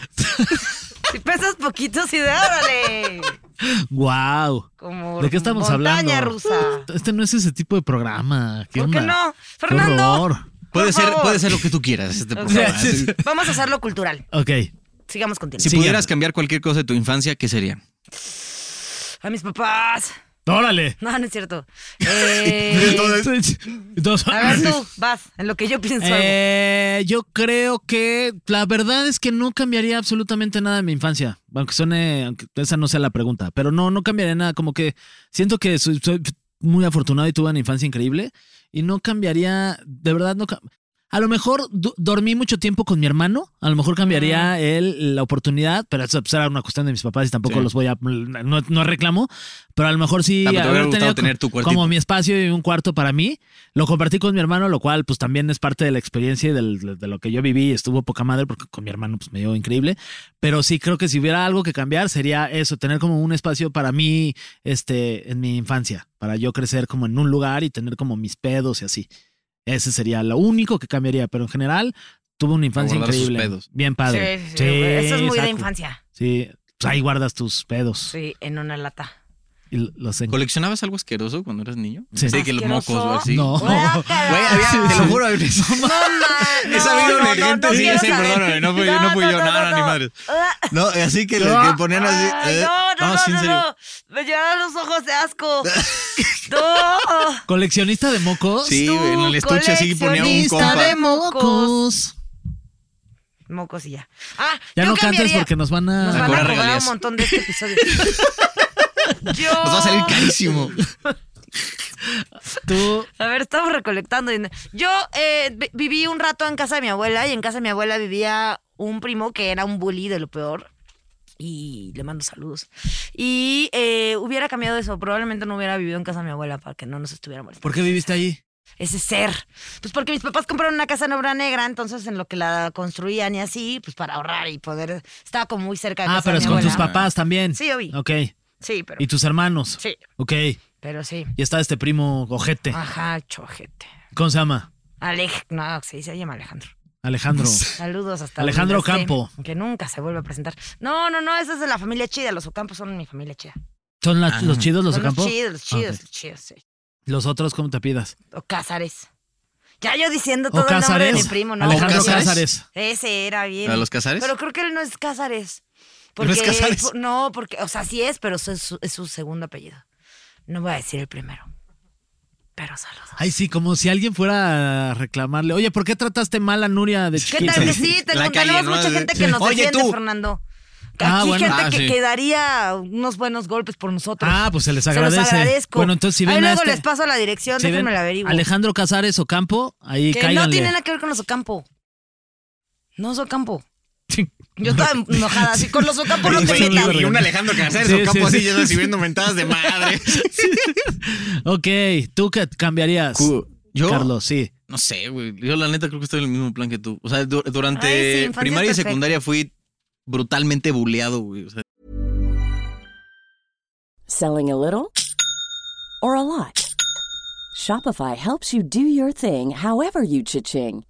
si pesas poquito, sí de órale. Wow. Como ¿De qué estamos montaña hablando? rusa. Este no es ese tipo de programa. ¿Qué ¿Por qué onda? no? Qué Fernando, horror. Puede Por ser, favor. puede ser lo que tú quieras este programa. sí, sí. Si- vamos a hacerlo cultural. Ok. Sigamos contigo. Si Sí. pudieras cambiar cualquier cosa de tu infancia, ¿qué sería? A mis papás. Órale. No, no es cierto. Eh, Entonces- a ver, tú, vas, en lo que yo pienso. algo. Eh, yo creo que la verdad es que no cambiaría absolutamente nada en mi infancia. Aunque suene, aunque esa no sea la pregunta, pero no, no cambiaría nada. Como que siento que soy, soy muy afortunado y tuve una infancia increíble y no cambiaría, de verdad, no. cam- A lo mejor du- dormí mucho tiempo con mi hermano, a lo mejor cambiaría Ah. él la oportunidad, pero eso pues, era una cuestión de mis papás y tampoco Sí. los voy a, no, no reclamo, pero a lo mejor sí Ah, pero te hubiera haber tenido gustado tener tu co- cuartito. como mi espacio y un cuarto para mí. Lo compartí con mi hermano, lo cual pues también es parte de la experiencia y del- de lo que yo viví. Estuvo poca madre porque con mi hermano pues me dio increíble. Pero sí creo que si hubiera algo que cambiar sería eso, tener como un espacio para mí este, en mi infancia, para yo crecer como en un lugar y tener como mis pedos y así. Ese sería lo único que cambiaría, pero en general tuve una infancia guardar sus increíble. pedos. Bien padre. Sí, sí, sí. Eso es muy de exacto. infancia. Sí, pues ahí guardas tus pedos Sí, en una lata. y los en- ¿Coleccionabas algo asqueroso cuando eras niño? Sí. De que los mocos ¿Asqueroso? o así. No. Guácala. Oh, Güey, había- te lo juro, había- ah, No, ma, He sabido de gente, sí, quiero sí, saber. perdóname, no fui- no fui yo, nada, ni madres. Ah, No, así que los que ponían así. ay, eh, no, no, no, sí, en no, serio. no. Me llenaron los ojos de asco. no. Coleccionista de mocos. Sí, Tú, güey, en el estuche así ponía un coleccionista compa. de mocos. Mocos y ya. Ah, Ya yo no cantes cambiaría- porque nos van a. Nos van a cobrar cobrar regalías. un montón de este episodio. Yo. Nos va a salir carísimo. Tú. A ver, estamos recolectando dinero. Yo eh, vi- viví un rato en casa de mi abuela y en casa de mi abuela vivía un primo que era un bully de lo peor. Y le mando saludos. Y eh, hubiera cambiado eso. Probablemente no hubiera vivido en casa de mi abuela para que no nos estuviera molestando. ¿Por qué viviste ahí? Ese ser. Pues porque mis papás compraron una casa en obra negra, entonces en lo que la construían y así, pues para ahorrar y poder. Estaba como muy cerca de Ah, casa pero de es mi con tus abuela. papás también. Sí, yo vi. Ok. Sí, pero. ¿Y tus hermanos? Sí, Ah. Ok. pero sí. Y está este primo ojete. Ajá, chojete. ¿Cómo se llama? Alej. No, sí, se llama Alejandro. Alejandro. Saludos hasta Alejandro donde esté, Ocampo. Que nunca se vuelve a presentar. No, no, no, esa es de la familia chida. Los Ocampos son mi familia chida. ¿Son la- los chidos los Son Ocampo? Los chidos, los Ah, ok. chidos, los chidos, sí. Los otros, ¿cómo te pidas? O Cázares. Ya yo diciendo todo ¿O el nombre de mi Cázares? primo, ¿no? Alejandro ¿Cázares? Cázares. Ese era bien. ¿A los Cázares? Pero creo que él no es Cázares. ¿No es Porque- Cázares? por- no, porque, o sea, sí es, pero es su, es su segundo apellido. No voy a decir el primero. Pero saludos. Ay, sí, como si alguien fuera a reclamarle. Oye, ¿por qué trataste mal a Nuria de ¿Qué chiquita? tal que sí? Te- La tenemos calle, ¿no? mucha gente que nos Oye, defiende, tú. Fernando. Ah, Aquí bueno. gente Ah, que, sí. quedaría unos buenos golpes por nosotros. Ah, pues se les los agradece. agradezco. Bueno, entonces si Ahí ven a luego este- les paso la dirección, si ven déjenme la averiguo. Alejandro Casares Ocampo, ahí que cáiganle. no tiene nada que ver con los Ocampo. No es Ocampo. Yo estaba enojada así con los Ocampo no Y- te y- metas. y, un Alejandro Cáceres Sí, o capo sí, así, sí. ya sabes, recibiendo mentadas de madre. Ok, ¿tú qué cambiarías? Yo, Carlos, sí. no sé, güey. Yo la neta creo que estoy en el mismo plan que tú. O sea, du- durante Ay, sí, infancia primaria y perfecta. secundaria fui brutalmente buleado, güey. O sea, Selling a little or a lot? Shopify helps you do your thing however you cha-ching.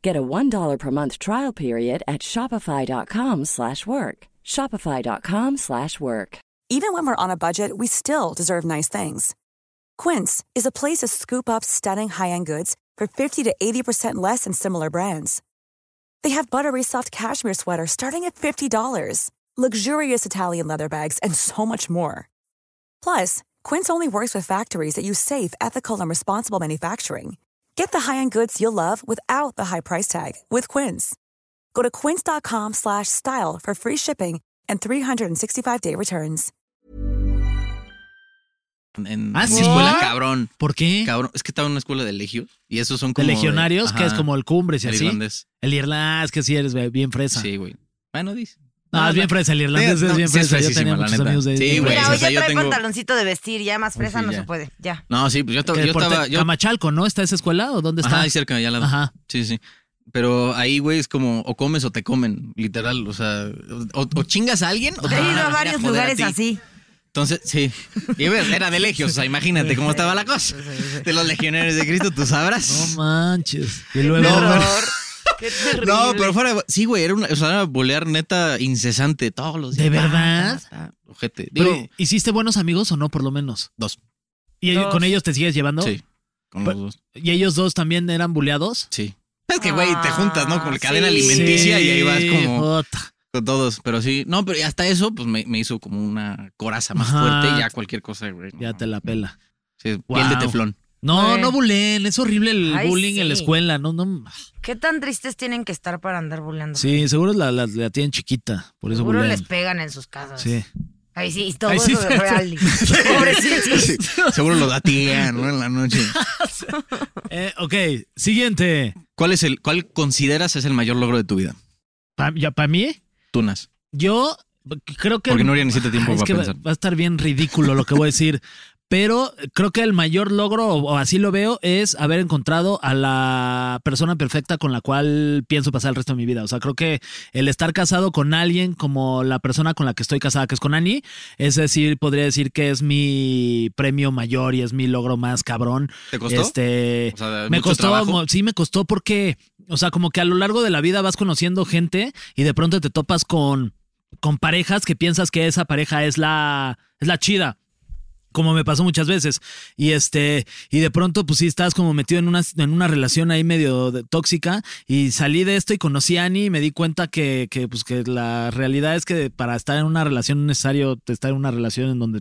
Get a $1 per month trial period at shopify.com/work. slash work. shopify.com/work. slash work. Even when we're on a budget, we still deserve nice things. Quince is a place to scoop up stunning high-end goods for 50 to 80% less than similar brands. They have buttery soft cashmere sweaters starting at $50, luxurious Italian leather bags, and so much more. Plus, Quince only works with factories that use safe, ethical, and responsible manufacturing. Get the high-end goods you'll love without the high price tag with Quince. Go to quince.com/style slash style for free shipping and 365-day returns. En ¿Ah, en sí? escuela, cabrón. ¿Por qué? Cabrón. Es que estaba en una escuela de legios. Y esos son De como. legionarios, que ajá, es como el cumbres y el así. irlandés. El irlandés, que sí eres güey, bien fresa. Sí, güey. Bueno, dice. No, es bien fresa, el irlandés no, es bien sí es fresa. Yo fresísima, tenía la muchos neta. amigos de Sí, güey. Mira, o hoy sea, ya yo trae tengo- Pues pantaloncito de vestir, ya más fresa sí, no ya. se puede. Ya. No, sí, pues yo, to- Que yo por estaba. Te- Yo, Camachalco, ¿no? ¿Está esa escuela o dónde está? Ajá, ahí cerca, allá al lado. Ajá. Sí, sí. Pero ahí, güey, es como o comes o te comen, literal. O sea, o, o chingas a alguien o He te van ido a venir varios joder a lugares ti. así. Entonces, sí. Y ves, era de legios, o sea, imagínate cómo estaba la cosa. De los legionarios de Cristo, tú No sabrás. manches. Y luego. Qué No, horror. pero- Qué terrible. No, pero fuera, de- sí, güey, era una, o sea, era bolear neta incesante todos los días. Ah, ¿De verdad? Ta, ta, ta, ojete. Digo, Pero, ¿Hiciste buenos amigos o no, por lo menos? dos. ¿Y Dos. con ellos te sigues llevando? Sí. Con Pero- los dos. ¿Y ellos dos también eran buleados? Sí. Es que, güey, te juntas, ¿no? Con la Ah, cadena sí. alimenticia y ahí vas como. Jota. Con todos, pero sí. No, pero hasta eso, pues me, me hizo como una coraza más Ajá. fuerte y ya cualquier cosa, güey. no, Ya te la pela. Sí, Wow. piel de teflón. No, Güey. no buleen. Es horrible el Ay, bullying en la sí. escuela. No, no. ¿Qué tan tristes tienen que estar para andar burlando? Sí, seguro la, la, la tienen chiquita. Por eso Seguro bulean. les pegan en sus casas. Sí. Ahí sí, y todo Ahí sí eso se- de real. Pobrecitos. Seguro lo da tía, ¿no? En la noche. Eh, ok, siguiente. ¿Cuál es el, cuál consideras es el mayor logro de tu vida? ¿Para mí? Tunas. Yo creo que. Porque no habría ni siete este tiempo Ay, es para que va- pensar. Va a estar bien ridículo lo que voy a decir. Pero creo que el mayor logro, o o así lo veo, es haber encontrado a la persona perfecta con la cual pienso pasar el resto de mi vida. O sea, creo que el estar casado con alguien como la persona con la que estoy casada, que es con Ani, es decir, podría decir que es mi premio mayor y es mi logro más cabrón. ¿Te costó? Este, O sea, me mucho costó, trabajo. mo- sí, me costó porque, o sea, como que a lo largo de la vida vas conociendo gente y de pronto te topas con, con parejas que piensas que esa pareja es la, es la chida. Como me pasó muchas veces. Y este, y de pronto, pues sí, estás como metido en una, en una relación ahí medio de- tóxica. Y salí de esto y conocí a Ani y me di cuenta que, que, pues, que la realidad es que para estar en una relación es necesario estar en una relación en donde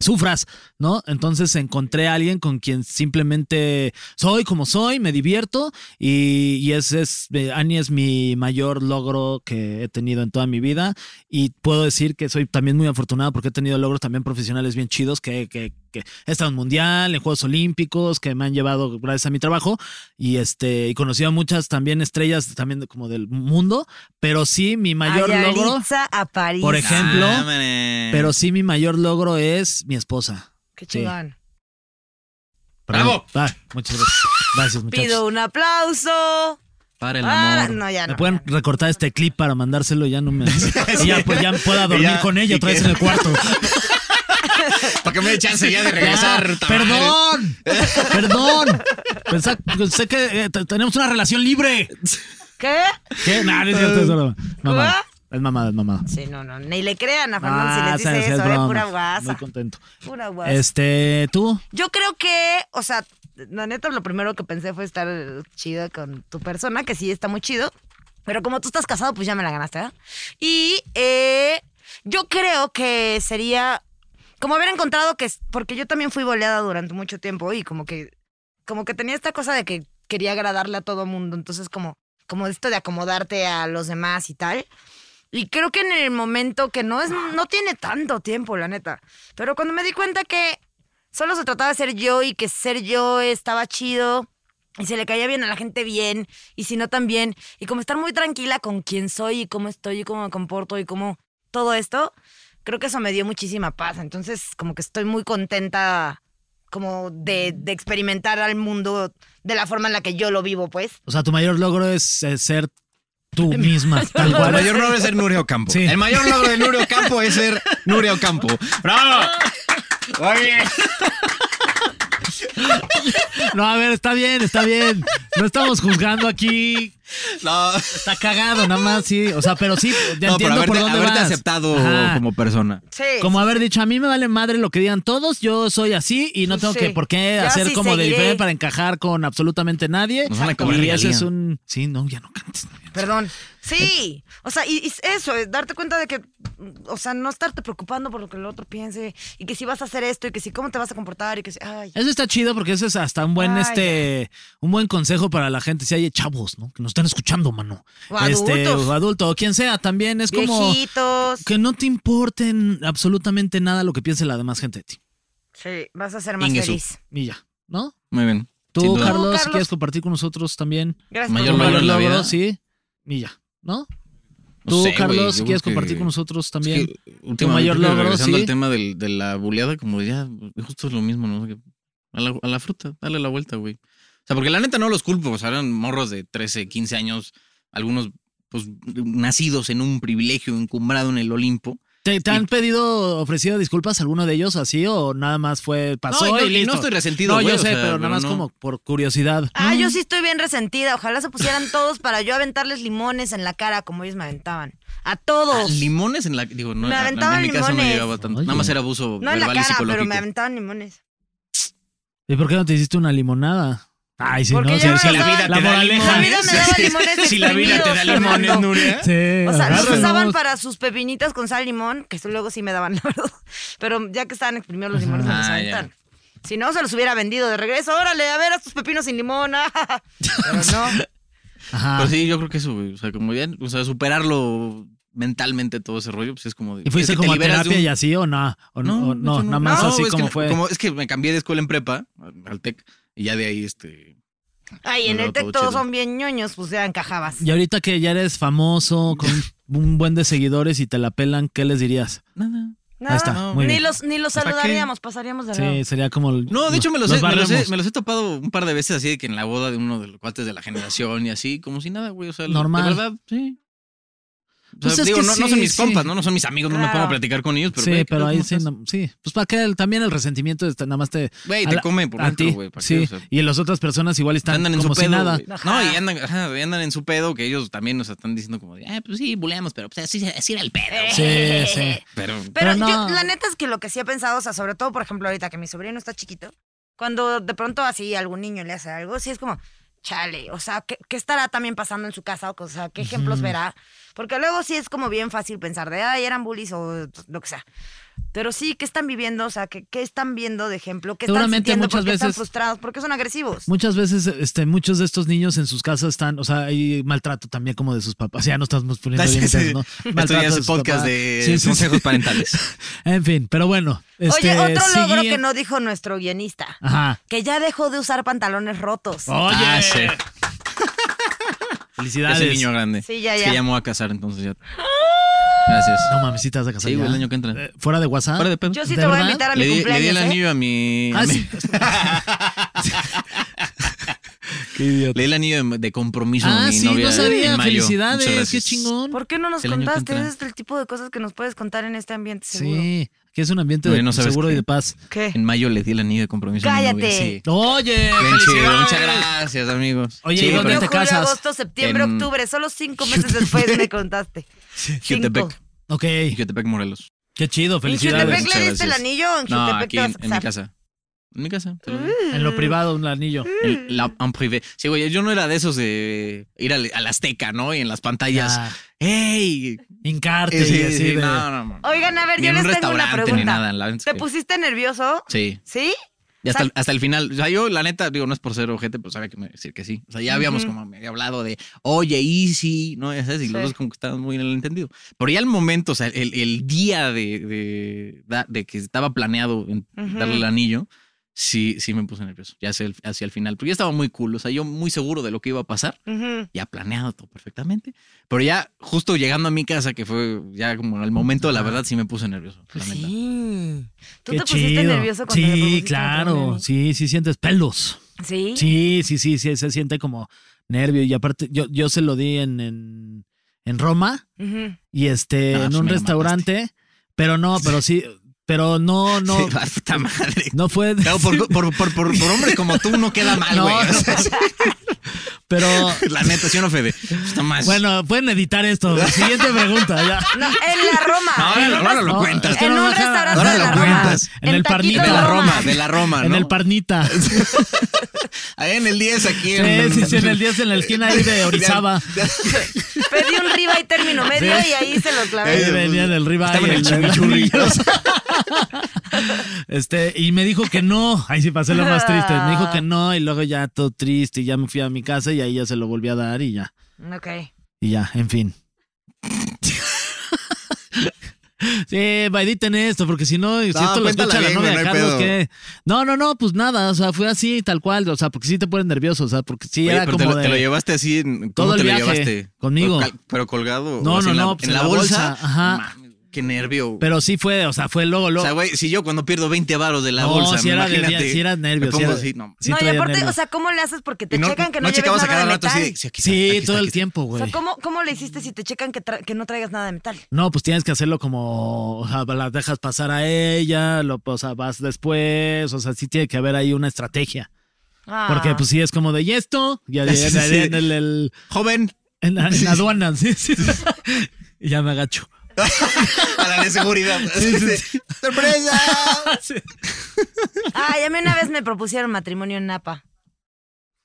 sufras, ¿no? Entonces encontré a alguien con quien simplemente soy como soy, me divierto y, y ese es, eh, Ani es mi mayor logro que he tenido en toda mi vida y puedo decir que soy también muy afortunado porque he tenido logros también profesionales bien chidos que, que, que he estado en mundial, en Juegos Olímpicos, que me han llevado gracias a mi trabajo y este, y conocí a muchas también estrellas también de- como del mundo, pero sí mi mayor A logro, Yalitza, a París. por ejemplo, Ah, mané. pero sí mi mayor logro es mi esposa. Qué chingón. ¡Bravo! Ah, muchas gracias. Gracias, muchachos. Pido un aplauso. Para el Ah, amor. no, ya no. Me pueden ya no. recortar este clip para mandárselo, ya no me. Y ya, pues, ya pueda dormir Ya, con ella y otra vez que- en el cuarto. Para que me dé chance ya de regresar. Ya, tamales. Ah, ¡Perdón! ¡Perdón! Pensé, pensé que eh, t- tenemos una relación libre. ¿Qué? ¿Qué? No, no es cierto, es broma. Mamada. Es mamada, es mamada. Sí, no, no. Ni le crean a Fernando Ah, si les sí, sí, dice eso, eh, broma. pura Muy guasa. contento. Pura guasa. Este, tú. Yo creo que, o sea, la neta, lo primero que pensé fue estar eh, chido con tu persona, que sí está muy chido. Pero como tú estás casado, pues ya me la ganaste, ¿verdad? Y eh, yo creo que sería como haber encontrado que, es- porque yo también fui boleada durante mucho tiempo y como que, como que tenía esta cosa de que quería agradarle a todo mundo. Entonces, como, como esto de acomodarte a los demás y tal. Y creo que en el momento que no es, no tiene tanto tiempo, la neta. Pero cuando me di cuenta que solo se trataba de ser yo y que ser yo estaba chido y se le caía bien a la gente bien y si no también y como estar muy tranquila con quién soy y cómo estoy y cómo me comporto y cómo todo esto, creo que eso me dio muchísima paz. Entonces como que estoy muy contenta como de, de experimentar al mundo de la forma en la que yo lo vivo, pues. O sea, tu mayor logro es eh, ser tú misma, tal El cual. mayor logro es ser Nuria Ocampo. Sí. El mayor logro de Nuria Ocampo es ser Nuria Ocampo. ¡Bravo! Ah. Muy bien. No, a ver, está bien, está bien. No estamos juzgando aquí. No. Está cagado, nada más, sí. O sea, pero sí, ya no, entiendo pero haberte, por dónde haberte vas. aceptado Ajá. como persona. Sí. Como haber dicho, a mí me vale madre lo que digan todos, yo soy así y no Pues tengo sí. que por qué Yo hacer así como de seguiré. diferente para encajar con absolutamente nadie. Nos van a cobrar y ese regalía. es un... Sí, no, ya no cantes. no, ya no. Perdón. Sí. O sea, y, y eso, es darte cuenta de que, o sea, no estarte preocupando por lo que el otro piense y que si vas a hacer esto y que si cómo te vas a comportar y que si, ay. Eso está chido porque eso es hasta un buen Ay, este un buen consejo para la gente si hay chavos, ¿no? Que nos están escuchando, mano. O Este adultos. o adulto o quien sea, también es como Viejitos. que no te importen absolutamente nada lo que piense la demás gente de ti. Sí, vas a ser más Ingesu. feliz. Y ya, ¿no? Muy bien. Sin Tú, duda. Carlos, Carlos. quieres compartir con nosotros también Gracias Mayor tus por Mm. tu- valor en la logros, vida. sí. Y ya, ¿no? No Tú, sé, güey, yo Carlos, creo quieres que- compartir con nosotros también. Es que últimamente, mayor creo que logro, regresando sí. al tema del- de la buleada, como ya, justo es lo mismo, ¿no? Que A la, a la fruta, dale la vuelta, güey. O sea, porque la neta no los culpo, o sea, eran morros de 13, 15 años, algunos, pues, nacidos en un privilegio, encumbrado en el Olimpo. ¿Te, te han pedido, ofrecido disculpas alguno de ellos así o nada más fue, pasó no, y no, y y Ah, listo? no estoy resentido, No, güey, yo o sé, sea, pero nada más no. como por curiosidad. Ah, yo sí estoy bien resentida. Ojalá se pusieran todos para yo aventarles limones en la cara como ellos me aventaban. A Ah, todos. Limones en la. Digo, no, Me a- a- aventaban en mi caso no limones. llegaba tanto. Oye. Nada más era abuso no en la verbal y cara, pero psicológico. me aventaban limones. Mm. ¿Y por qué no te hiciste una limonada? Ay, si Porque no, yo no sí, la vida la te da moraleja. La vida me daba limones Si la vida te da exprimidos, limones, Fernando. Nuria. Sí, O sea, los agárrenlos. usaban para sus pepinitas con sal y limón, que eso luego sí me daban, la verdad. Pero ya que estaban exprimidos los limones, no los Ah, ya. aventan. Si no, se los hubiera vendido de regreso. Órale, a ver, a tus pepinos sin limón. ah. Pero no. Ajá. Pero sí, yo creo que eso, güey. O sea, como ya, o sea, superarlo mentalmente todo ese rollo, pues es como. de- ¿Y fuiste es que te como a liberas de terapia un- y así o no? ¿O no, o de no, hecho, nada más No, así es que como no- fue. es que me cambié de escuela en prepa, al TEC, y ya de ahí, este. Ay, en No, el todo tech todos chido. son bien ñoños, pues ya encajabas. Y ahorita que ya eres famoso, con un buen de seguidores y te la pelan, ¿qué les dirías? Nada. Nada. está, muy ni bien. Pues, los ni los ¿Para qué? saludaríamos, pasaríamos de lado. Sí, sería como... el- No, de hecho me los, nos he, me, los he, barremos. me los he topado un par de veces así de que en la boda de uno de los cuates de la generación y así, como si nada, güey. O sea, Normal. de verdad, sí. O sea, Pues es digo, que no, no sí, son mis sí. compas, ¿no? No son mis amigos, no me Claro. pongo a platicar con ellos, pero. sí, güey, ¿qué pero tal? ahí ¿Cómo sí, estás? no- sí. Pues para que también el resentimiento está- nada más te... Güey, a te la- comen por a dentro, ti, güey. ¿para qué? Sí, O sea, y las otras personas igual están andan en como su si pedo. nada. güey. No, Ajá. y andan, ajá, y andan en su pedo, que ellos también nos están diciendo como de, ah, pues sí, buleamos, pero pues así, así era el pedo. güey". Sí, sí. Pero Pero, Pero yo, no. la neta es que lo que sí he pensado, o sea, sobre todo, por ejemplo, ahorita que mi sobrino está chiquito, cuando de pronto así algún niño le hace algo, sí es como, chale, o sea, ¿qué, qué estará también pasando en su casa? O sea, ¿qué ejemplos verá? Porque luego sí es como bien fácil pensar de, ay, eran bullies o lo que sea. Pero sí, ¿qué están viviendo? O sea, ¿qué, qué están viendo de ejemplo? ¿Qué están Seguramente sintiendo? muchas ¿Por qué están veces- frustrados? ¿Por qué son agresivos? Muchas veces, este, muchos de estos niños en sus casas están, o sea, hay maltrato también como de sus papás. Ya no estamos poniendo bien Sí. intensos, ¿no? esto ya Maltrato es de el sus podcast papás. de Sí, sí, consejos sí. parentales. En fin, pero bueno. Este, Oye, otro logro sigue- que no dijo nuestro guionista, Ajá. que ya dejó de usar pantalones rotos. Oye. Ah, sí. Felicidades. Es el niño grande. Sí, ya, Es ya. ¡Ah! que ya me voy a casar, entonces ya. Gracias. No mames, sí te vas a casar Sí, ya. güey, el año que entra. Eh, fuera de WhatsApp. Fuera de pedo. Yo sí ¿De te voy a verdad? invitar a mi le, di, le di cumpleaños. el ¿eh? anillo a mi. Ah, a mi- sí. Qué idiota. Le di el anillo de, de compromiso a Ah, mi sí, novia no sabía. en mayo. Muchas Felicidades, gracias. qué chingón. ¿Por qué no nos El año que contaste? entra. Ese es el tipo de cosas que nos puedes contar en este ambiente seguro. Sí, que es un ambiente de Oye, no sabes seguro y qué. de paz. ¿Qué? En mayo le di el anillo de compromiso a mi novia. Cállate. Sí. Oye, Bien chido, felicidades. Muchas gracias, amigos. Oye, Sí, ¿y dónde pero- te Junio, julio, casas? agosto, septiembre, En- octubre. Solo cinco meses después me contaste. Cinco. Jutepec. Ok, Jutepec, Morelos. qué chido, ¿En felicidades. Jutepec Muchas le diste el gracias. anillo? ¿En No, Jutepec aquí te vas en, a en mi casar? casa. En mi casa. te lo digo. En lo privado, un anillo. En la- en privé. Sí, güey, yo no era de esos de ir al, al Azteca, ¿no? Y en las pantallas. Ya, ¡Ey! hincarte Sí, y Ah. así sí, de- no, no, no. Oigan, a ver, Ni yo en un les tengo una restaurante, ni pregunta. nada, la neta ¿Te que- pusiste nervioso? Sí. ¿Sí? Y hasta, Sal- el- hasta el final, o sea, yo la neta, digo, no es por ser ojete, pero sabía que me iba a decir que sí. O sea, ya habíamos como medio hablado de, oye, easy, ¿no? Ya sabes, y los Sí. dos como que estaban muy en el entendido. Pero ya el momento, o sea, el, el día de, de, da- de que estaba planeado en Ujú. darle el anillo, sí, sí me puse nervioso, ya hacia el, hacia el final. Pero ya estaba muy cool, o sea, yo muy seguro de lo que iba a pasar Ujú. ya planeado todo perfectamente. Pero ya justo llegando a mi casa, que fue ya como el momento, la verdad sí me puse nervioso. la neta. Pues Sí. ¿Tú Qué te pusiste chido. nervioso cuando le Sí, propusiste claro. matrimonio? Sí, sí sientes pelos. ¿Sí? Sí, sí, sí, sí, se siente como nervio. Y aparte, yo, yo se lo di en, en, en Roma Ujú. y este, No, en pues un me la restaurante, pero no, pero sí, pero no, no, Sí, ah, puta madre. no fue. Claro, por, por, por, por- por hombres como tú no queda mal, No, güey. no. O sea, Pero La neta, sí o no, Fede. Está más. bueno, pueden editar esto. Siguiente pregunta. ya. No, en la Roma. No, ahora lo- ahora lo No, cuentas. es que En no me un deja- restaurante Ahora de lo la Roma. cuentas. En el Taquito Parnito. de la Roma, Roma. de la Roma, En ¿no? el Parnita. Ahí en el 10, aquí Sí, en. sí, sí, en el 10 en la esquina ahí de Orizaba. Pedí un riba y término medio Sí. y ahí se lo clavé. Ahí venía del Riva. Estaba en el chimichurri. Este, y me dijo que no. Ahí sí pasé lo más triste. Me dijo que no, y luego ya todo triste, y ya me fui a mi casa y ahí ya se lo volví a dar y ya. Ok. Y ya, en fin. Sí, va, editen esto, porque si no, si No, esto lo cuéntala escucha la bien, novia güey, de no hay Carlos, pedo. ¿qué? No, no, no, pues nada, o sea, fue así, tal cual, o sea, porque sí te pones nervioso, o sea, porque sí Oye, era pero como te lo, de... te lo llevaste así. en- ¿Cómo Todo el te viaje, lo llevaste? conmigo. Pero, cal- pero colgado. No, o así no, en la- no, pues en, la bolsa. ajá. Mami, Qué nervio. Pero sí fue, o sea, fue luego, o luego. sea, güey, si yo cuando pierdo 20 varos de la No, bolsa, si era de- imagínate, si era nervio, si me pongo era- así, no. sí no, y traía aparte, nervios. o sea, ¿cómo le haces? Porque te Y checan que no, lleves checabas a nada de cada rato metal. así. de, aquí está, sí, aquí está, todo aquí el está. tiempo, O güey. sea, ¿cómo, ¿cómo le hiciste si te checan que, tra- que no traigas nada de metal? No, pues tienes que hacerlo como, o sea, la dejas pasar a ella, lo, o sea, vas después, o sea, sí tiene que haber ahí una estrategia. Ah. Porque pues sí es como de, ¿y esto? Y ahí- Sí, sí, ahí sí. en, el, el- Joven, en la, en la aduana, sí, sí. Y ya me agacho. a la de seguridad. Sí, Este, sí, sí. ¡Sorpresa! Sí. Ay, a mí una vez me propusieron matrimonio en Napa.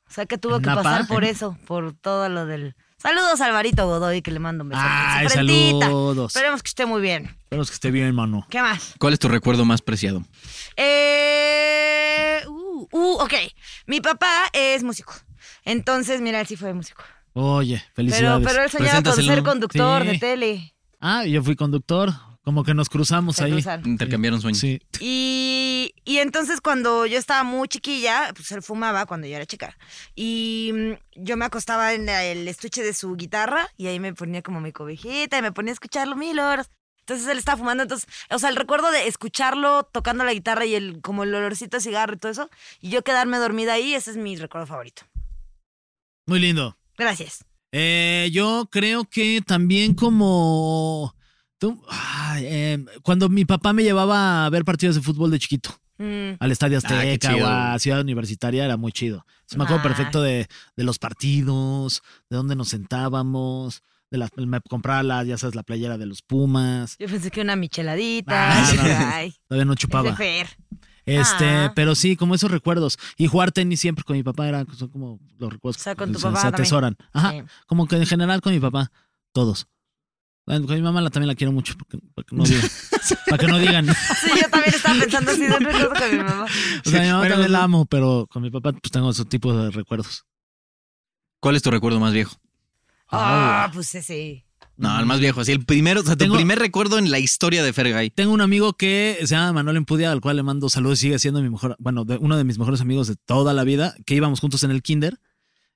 O sea, que tuvo ¿En que Napa? pasar por eso, por todo lo del... Saludos a Alvarito Godoy, que le mando un beso. Ay, Su frentita. saludos. Esperemos que esté muy bien. Espero que esté bien, mano. ¿Qué más? ¿Cuál es tu recuerdo más preciado? Eh, uh, uh, ok. Mi papá es músico. Entonces, mira, él sí fue músico. Oye, Pero, felicidades. pero él soñaba con Preséntaselo. ser conductor Sí. de tele. Ah, yo fui conductor, como que nos cruzamos Se Pues ahí. cruzan. Intercambiaron sueños. Sí. Y, y entonces cuando yo estaba muy chiquilla, pues él fumaba cuando yo era chica. Y mm, yo me acostaba en la- el estuche de su guitarra y ahí me ponía como mi cobijita y me ponía a escucharlo mil horas. Entonces él estaba fumando, entonces, o sea, el recuerdo de escucharlo tocando la guitarra y el como el olorcito de cigarro y todo eso, y yo quedarme dormida ahí, ese es mi recuerdo favorito. Muy lindo. Gracias. Eh, yo creo que también como... tú- ay, eh, cuando mi papá me llevaba a ver partidos de fútbol de chiquito. Mm, al Estadio qué Azteca o chido. a Ciudad Universitaria era muy chido. Se me acuerdo Ah. perfecto de, de los partidos, de dónde nos sentábamos, de las, me compraba la, ya sabes, la playera de los Pumas. yo pensé que una micheladita. Ah, no, no. Ay, es Todavía no de chupaba. Fer. Este, Ah. pero sí, como esos recuerdos. Y jugar tenis siempre con mi papá era son como los recuerdos O sea, con que tu se, papá se también. atesoran. Ajá. Sí. Como que en general con mi papá, todos. Bueno, Con mi mamá la, también la quiero mucho, porque- para que no digan. para que no digan. Sí, yo también estaba pensando así de un recuerdo con mi mamá. O sea, mi mamá Bueno, también la no. amo, pero con mi papá pues tengo esos tipos de recuerdos. ¿Cuál es tu recuerdo más viejo? Ah, pues ese. No, el más viejo, así el primero, o sea, Tengo- tu primer recuerdo en la historia de Fergay. Tengo un amigo que se llama Manuel Empudia, al cual le mando saludos y sigue siendo mi mejor, bueno, de- uno de mis mejores amigos de toda la vida, que íbamos juntos en el kinder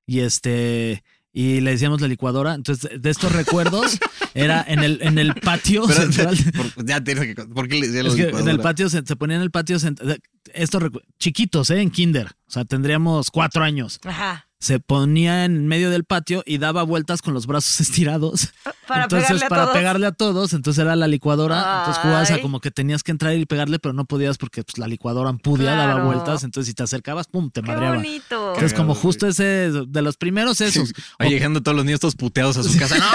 y este y le decíamos la licuadora. Entonces, de- de estos recuerdos era en el en el patio Pero, central. por- ya tienes que. ¿Por qué le decía Es los que en el licuadora? patio se, se ponía en el patio central. Estos recu- chiquitos, ¿eh? En kinder. O sea, tendríamos cuatro años. Ajá. Se ponía en medio del patio y daba vueltas con los brazos estirados. Para entonces, pegarle a para todos. pegarle a todos, entonces era la licuadora, entonces jugabas a Ay. como que tenías que entrar y pegarle, pero no podías porque pues, la licuadora ampudia daba Claro. vueltas, entonces si te acercabas, pum, te Qué madreaba. bonito. Entonces, como Cagado, justo ese, de los primeros esos. Oye, llegando todos los niños todos puteados a su casa. No,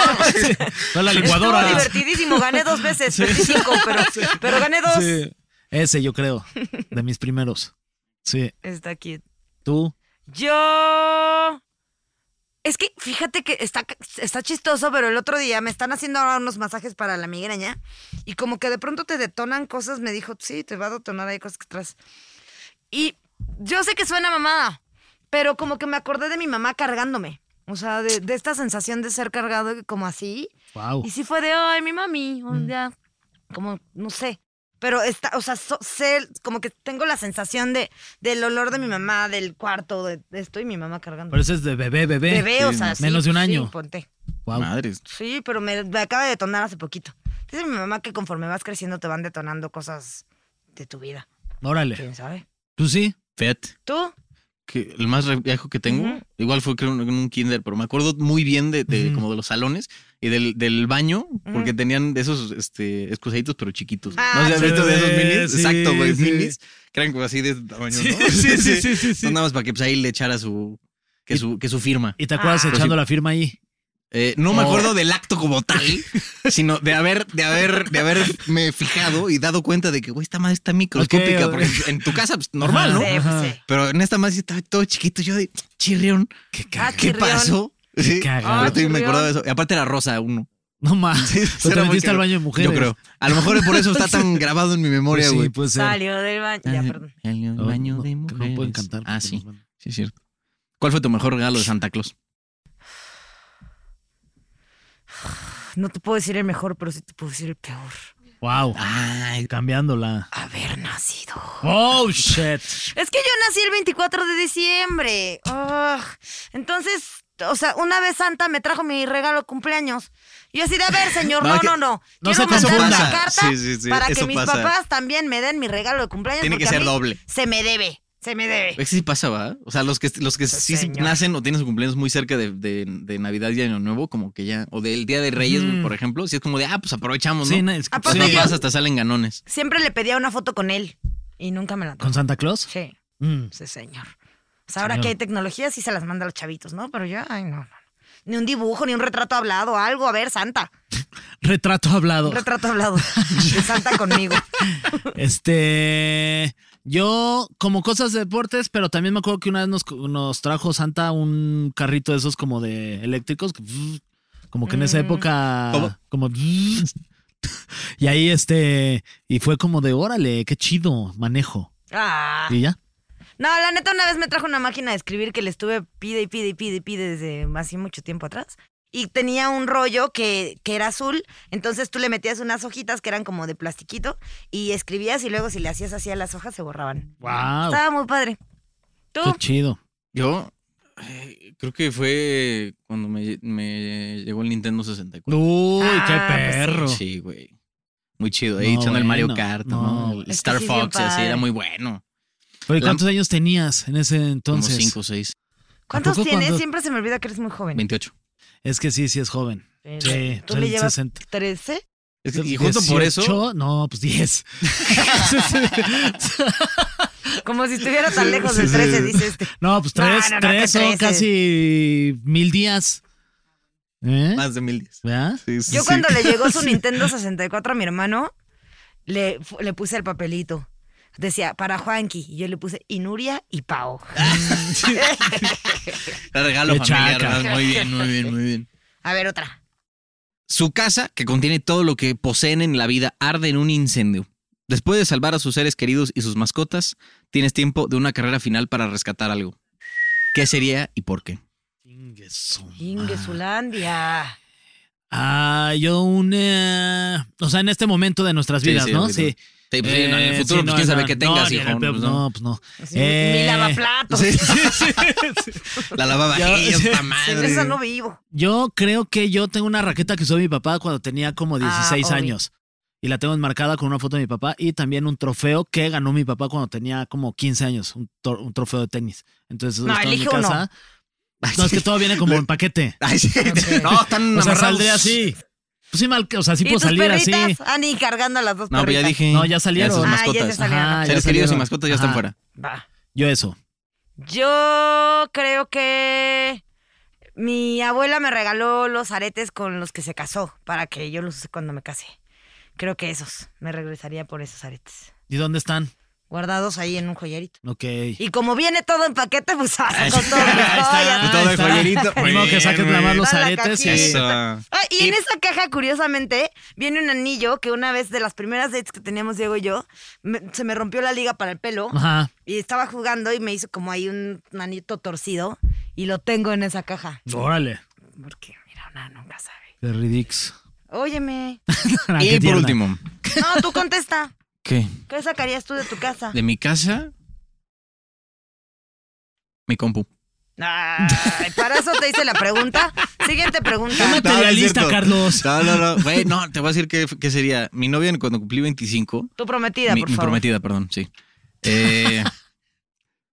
No, la Estuvo licuadora. divertidísimo. Gané dos veces, perdí cinco, pero, pero gané dos. Sí. Ese, yo creo, de mis primeros. Sí. Está aquí. Tú, Yo. Es que fíjate que está, está chistoso, pero el otro día me están haciendo ahora unos masajes para la migraña y como que de pronto te detonan cosas. Me dijo, sí, te va a detonar ahí cosas que traes. Y yo sé que suena mamada, pero como que me acordé de mi mamá cargándome. O sea, de, de esta sensación de ser cargado como así. wow. Y sí fue de, ay, mi mami, Mm. un día, como, no sé. Pero está, o sea, so- sé, como que tengo la sensación de, del olor de mi mamá, del cuarto, de, de esto, y mi mamá cargando. Pero ese es de bebé, bebé. Bebé, o sea, Pues sí, Menos de un sí, año. ponte. Wow. Madres. Sí, pero me, me acaba de detonar hace poquito. Dice mi mamá que conforme vas creciendo te van detonando cosas de tu vida. Órale. ¿Quién sabe? Tú sí. Fet. ¿Tú? que el más re- viejo que tengo, Ujú. igual fue creo en un kinder, pero me acuerdo muy bien de, de Ujú. como de los salones y del, del baño, porque tenían de esos este excusaditos pero chiquitos. Ah, ¿No se han sí. visto de esos minis? Sí, Exacto, güey, sí. minis. Que eran como así de este tamaño, ¿no? Sí, sí, sí, sí, sí. Son nada más para que pues, ahí le echara su que su, que su firma. ¿Y te acuerdas Ah. echando la firma ahí? Eh, no Oh. me acuerdo del acto como tal, sino de haber, de haber, de haberme fijado y dado cuenta de que, güey, esta madre está microscópica. Ok. porque en- en tu casa, pues, normal, Ajá. ¿no? Sí, pues, Ah, Ajá. sí. Pero en esta madre sí estaba todo chiquito. Yo de chirrión. ¿Qué, cagado. ¿qué chirrión. pasó? Ah, Sí, cagado. pero tú me Chirrión. acordaba de eso. Y aparte era rosa uno. No más. Sí, Pero era te muy metiste al cagado. baño de mujeres. Yo creo. A lo mejor por eso está tan grabado en mi Pues memoria, sí, güey. Ah, puede ser. Salió del baño. Ya, perdón. El Oh, baño no, de que mujeres. No pueden cantar. Ah, porque sí. nos van- Sí, es cierto. ¿Cuál fue tu mejor regalo de Santa Claus? No te puedo decir el mejor, pero sí te puedo decir el peor. Wow. Ay, Cambiándola. Haber nacido. Oh, shit. Es que yo nací el 24 de diciembre. Ugh. Entonces, o sea, una vez Santa me trajo mi regalo de cumpleaños. Yo así de, a ver, señor, No, no, que- no, no. no Quiero sé cómo mandar una pasa. carta Sí, sí, sí, para que eso mis pasa. papás también me den mi regalo de cumpleaños. Tiene que porque a ser mí doble. Se me debe, se me debe. Es que sí pasa, ¿va? O sea, los que, los que sí señor. nacen o tienen su cumpleaños muy cerca de, de- de Navidad y Año Nuevo, como que ya, o del Día de Reyes, Ujú. por ejemplo, si es como de, ah, pues aprovechamos, ¿no? Sí, no, es- Los Aparte sí. papás hasta salen ganones. Siempre le pedía una foto con él y nunca me la ¿Con tomó. Santa Claus? Sí, Mm. sí, señor. O sea, ahora Señor. que hay tecnología, sí se las manda a los chavitos, ¿no? Pero yo, ay, no, no. Ni un dibujo, ni un retrato hablado, algo. A ver, Santa. Retrato hablado. Un retrato hablado de Santa conmigo. Este. Yo, como cosas de deportes, pero también me acuerdo que una vez nos, nos trajo Santa un carrito de esos como de eléctricos. que, Como que en esa época. ¿Cómo? Como. Y ahí este. Y fue como de órale, qué chido, manejo. Ah. Y ya. No, la neta, una vez me trajo una máquina de escribir que le estuve pide y pide y pide y pide desde así mucho tiempo atrás. Y tenía un rollo que, que era azul, entonces tú le metías unas hojitas que eran como de plastiquito y escribías y luego si le hacías así a las hojas se borraban. ¡Wow! Estaba muy padre. ¿Tú? Qué chido. Yo eh, creo que fue cuando me, me llegó el Nintendo 64. Uy, Ah, qué pues sí. perro. Sí, güey. Muy chido, ahí No, echando el Mario bueno, Kart, no, ¿no? güey. El Es que Star sí es bien Fox, y así, padre. era muy bueno. Pero, ¿y La- ¿cuántos años tenías en ese entonces? Como 5 o 6, ¿Cuántos poco tienes? cuando- Siempre se me olvida que eres muy joven. 28. Es que sí, sí es joven. Eh, Sí, ¿Tú le son llevas 60. 13? Es que- y justo por eso, 18, No, pues 10. Como si estuviera tan lejos del 13, dice este. No, pues No, tres, no, no, tres que son trece. casi mil días. ¿Eh? más de mil días. ¿Verdad? Sí, sí, Yo sí. cuando le llegó su Nintendo 64 a mi hermano, le, fu- le puse el papelito. Decía, para Juanqui. Y yo le puse Inuria y Pau. Era regalo Qué familiar, chaca. ¿verdad? muy bien, muy bien, muy bien. A ver, otra. Su casa, que contiene todo lo que poseen en la vida, arde en un incendio. Después de salvar a sus seres queridos y sus mascotas, tienes tiempo de una carrera final para rescatar algo. ¿Qué sería y por qué? Chingue su madre. Ingesulandia. Ah, yo un. eh, o sea, en este momento de nuestras Sí, vidas, sí, ¿no? ahorita. Sí. Sí, pues, sí, no, en el Eh, futuro, sí, pues, no, quién sabe no, qué tengas, no, hijo. ni- pues, No, pues no. Mi Eh, lavaplatos. Sí, sí, sí. La lavaba Ya, sí. esta Sin madre. eso no vivo. Yo creo que yo tengo una raqueta que usó mi papá cuando tenía como 16 Ah, obvio. años. Y la tengo enmarcada con una foto de mi papá y también un trofeo que ganó mi papá cuando tenía como 15 años, un, tor- un trofeo de tenis. Entonces, eso No, está en mi elige uno. casa. No, es que todo viene como en paquete. Ay, sí. Ok. Ah, No, están O sea, amarrados. saldré así. Pues sí, mal, o sea, sí ¿Y puedo tus salir así. perritas? Ah, ni cargando a las dos No, pero perritas. ya dije. No, ya salieron. sus Ah, ya mascotas. se salieron. Ajá, ya Seres queridos y salieron. Ah, mascotas ya están Ajá. fuera. Va. Yo eso. Yo creo que mi abuela me regaló los aretes con los que se casó para que yo los use cuando me case. Creo que esos. Me regresaría por esos aretes. ¿Y dónde están? Guardados ahí en un joyerito. Ok. Ahí Y como viene todo en paquete, pues ah, con todo. está, Pues Todo de ahí está. joyerito. Ni modo que Bien, saques muy nada más bien. los Está la aretes y... cajita. Eso. Ah, y en esa caja, curiosamente, viene un anillo que una vez de las primeras dates que teníamos Diego y yo, me- se me rompió la liga para el pelo Ajá. y estaba jugando y me hizo como ahí un manito torcido y lo tengo en esa caja. Órale. Porque, mira, una nunca sabe. Qué ridix. Óyeme. Ah, qué Y por tierna. último. No, tú contesta. ¿Qué? ¿Qué sacarías tú de tu casa? De mi casa. Mi compu. Ay, para eso te hice la pregunta. Siguiente pregunta. Qué materialista, No, no es Carlos. No, no, no. Güey, no, te voy a decir que, que sería mi novia cuando cumplí 25. Tu prometida, mi, por mi favor. prometida, perdón, sí. Eh,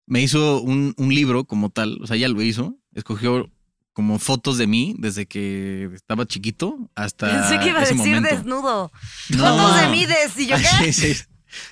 me hizo un, un libro como tal, o sea, ella lo hizo. Escogió como fotos de mí desde que estaba chiquito hasta Pensé que iba a ese decir momento. desnudo. No. Fotos de mí, de- y yo, Ah, ¿qué? sí, sí.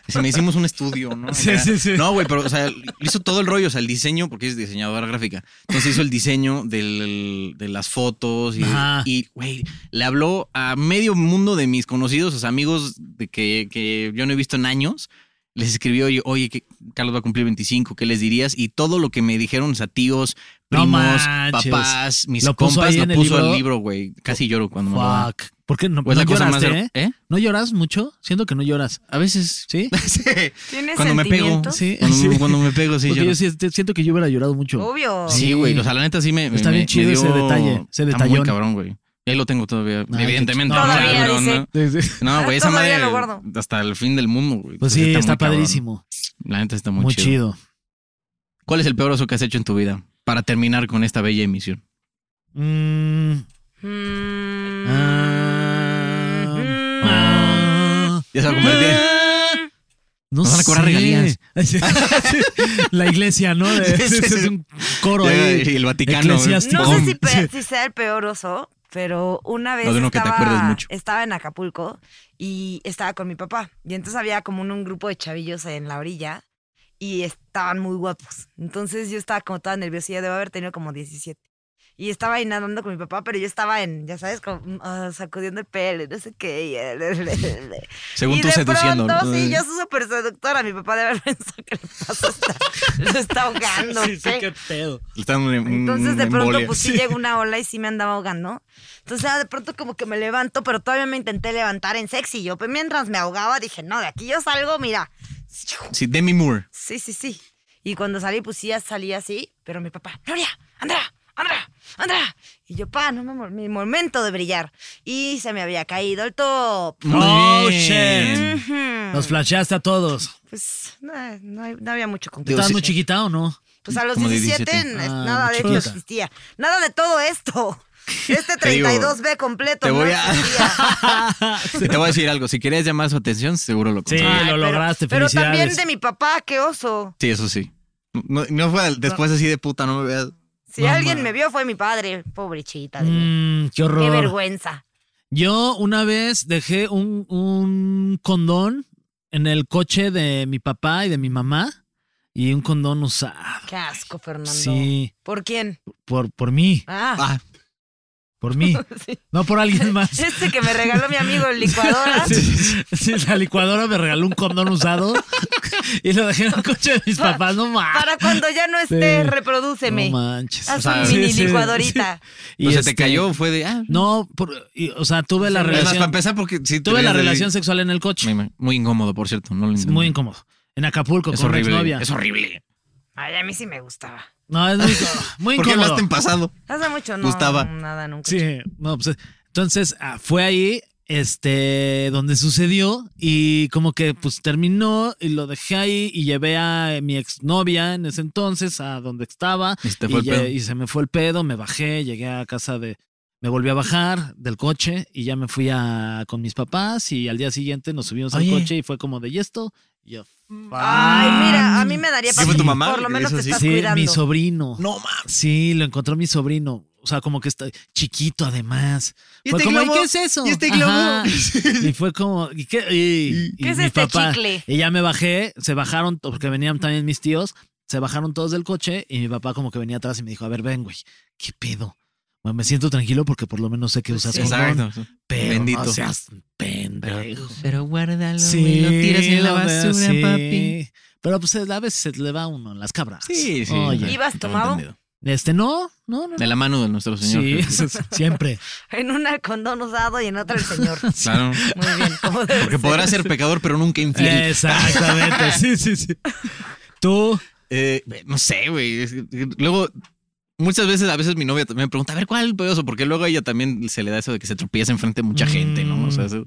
Si me hicimos un estudio, ¿no? Sí, sí, sí. No, güey, pero, o sea, hizo todo el rollo, o sea, el diseño, porque es diseñadora gráfica. Entonces hizo el diseño del- de las fotos y- Ajá. y, güey, le habló a medio mundo de mis conocidos, o sea, amigos de que, que yo no he visto en años. Les escribió, oye, oye, que Carlos va a cumplir 25, ¿qué les dirías? Y todo lo que me dijeron, o sea, tíos, No primos, manches. papás, mis ¿Lo puso compas, ahí lo en el puso libro? al libro, güey. Casi lloro cuando me lo dan. Fuck. ¿Por qué no, Güey, no es Pues la cosa más lloraste, de- eh? ¿Eh? ¿No lloras mucho? Siento que no lloras. A veces. ¿Sí? Sí. ¿Tienes Cuando me pego. sentimiento? Sí. Cuando, Sí. cuando me pego, sí. Porque lloro. yo sí- siento que yo hubiera llorado mucho. Obvio. Sí, güey. O sea, la neta sí me. Está me- bien me chido ese detalle, ese Está muy detallón. cabrón, güey. Y Ahí lo tengo todavía. Ay, Evidentemente. qué chido. no, Todavía, cabrón, dice. Sí, ¿no? sí. No, güey, esa Todavía madre. lo guardo. Hasta el fin del mundo, güey. Pues Entonces, sí, está, muy cabrón. padrísimo. La neta está muy, Muy chido. chido. ¿Cuál es el peor oso que has hecho en tu vida? Para terminar con esta bella emisión. Mm, Mm. ah, Mm. ah. Ya se va a convertir. No Nos van a cobrar sé. regalías. La iglesia, ¿no? De- Sí, sí, es- es sí. un coro Ya, ahí. y el Vaticano. Eclesiástico. No Pum. sé si, pe- si sea el peor oso, pero una vez No, de uno que te estaba, acuerdes mucho. estaba en Acapulco y estaba con mi papá. Y entonces había como un, un grupo de chavillos en la orilla y estaban muy guapos. Entonces yo estaba como toda nerviosa, ya debo haber tenido como 17. Y estaba ahí nadando con mi papá, pero yo estaba en, ya sabes, como, mm, ah, sacudiendo el pelo, y no sé qué. y- Según y tú de seduciendo. Pronto, ¿no? sí, yo soy súper seductora. Mi papá debe haber pensado que le pasó hasta. lo está ahogando. Sí, sí, ¿qué? qué pedo. Le están un- un- Entonces de un pronto mm, embolia. pues sí llegó una ola y sí me andaba ahogando. Entonces ah, de pronto como que me levanto, pero todavía me intenté levantar en sexy. Yo pues, mientras me ahogaba dije, no, de aquí yo salgo, mira. Sí, Demi Moore. Sí, sí, sí. Y cuando salí, pues sí, ya salí así, pero mi papá, Gloria, Andrea, Andrea, Andrea. Y yo, pa, no me mor- mi momento de brillar. Y se me había caído el top. Muy Oh, bien. Ujú. Nos flasheaste a todos. Pues no, no hay- no había mucho con qué ¿Estabas sí. muy chiquita o no? Pues a los Como de 17, 17. n- Ah, nada de chiquita. eso existía. Nada de todo esto. Este Te digo, 32B completo te no voy a- existía. Y Te voy a decir algo. Si querías llamar su atención, seguro lo Sí, conseguí. Ay, lo pero- lograste, Pero felicidades. también de mi papá, qué oso. Sí, eso sí. No, no fue al- después así de puta, no me veas. Si Mamá. alguien me vio fue mi padre, pobre chita. de mí. Mm, qué horror. Qué vergüenza. Yo una vez dejé un, un condón en el coche de mi papá y de mi mamá y un condón usado. Qué asco, Fernando. Sí, ¿Por quién? por, por mí, Ah, Ah, por mí, sí. no por alguien más. Este que me regaló mi amigo el licuadora. Sí, sí, sí, la licuadora me regaló un condón usado y lo dejé en el coche de mis papás. No manches. Para cuando ya no esté, Sí. reprodúceme. No manches. Haz O sea, un sí, mini sí, sí. licuadorita. y se te este, cayó, fue de. Ah, No, por- y, o sea, tuve la Además, para relación, empezar, porque si tuve la relación sexual en el coche. Muy incómodo, por cierto. No lo Es intenté. muy incómodo. En Acapulco, Es con mi horrible. novia. Es horrible. Ay, a mí sí me gustaba. No, es muy, incómodo, muy ¿Por qué incómodo. hablaste en pasado? Hace mucho no. Gustaba. Nada, nunca. Sí, no, pues, entonces ah, fue ahí este donde sucedió y como que pues terminó y lo dejé ahí y llevé a eh, mi exnovia en ese entonces a donde estaba Y se te fue el ya- pedo. y se me fue el pedo, me bajé, llegué a casa de me volví a bajar del coche y ya me fui a con mis papás y al día siguiente nos subimos Oye. al coche y fue como de y esto Y yo Mm. Ay, mira, Mm. a mí me daría ¿Sí paz. fue tu mamá? Por lo menos te Eso sí. estás sí, cuidando. mi sobrino. No mames. Sí, lo encontró mi sobrino. O sea, como que está chiquito además. ¿Y Fue este como, "¿Y globo? ¿qué es eso? ¿Y este globo? Ajá. y fue como, ¿y qué? Y, y ¿Qué es mi este papá- chicle? Y ya me bajé, se bajaron, porque venían también mis tíos, se bajaron todos del coche y mi papá como que venía atrás y me dijo, a ver, ven, güey, ¿qué pedo? Bueno, me siento tranquilo porque por lo menos sé que usas condón, Pues Exacto. pero Bendito. no seas pendejo. pues, guárdalo Sí, o sea, sí. Pero pues a veces se le va a uno en las cabras. Sí, sí. Oye. ¿Ibas Tengo tomado? entendido. Este, no, no, no. De la mano de nuestro señor. sí, Jesús. eso es- siempre. En una el condón usado y en otra el señor. Claro. Muy bien. como debe Porque ser. podrá ser pecador, pero nunca Eh, infiel. Exactamente, sí, sí, sí. Tú, Eh, no sé, güey. Es que- Luego, muchas veces, a veces mi novia también me pregunta, a ver, ¿cuál es el pedazo? Porque luego a ella también se le da eso de que se tropieza enfrente de mucha gente, ¿no? O Mm. sea, eso-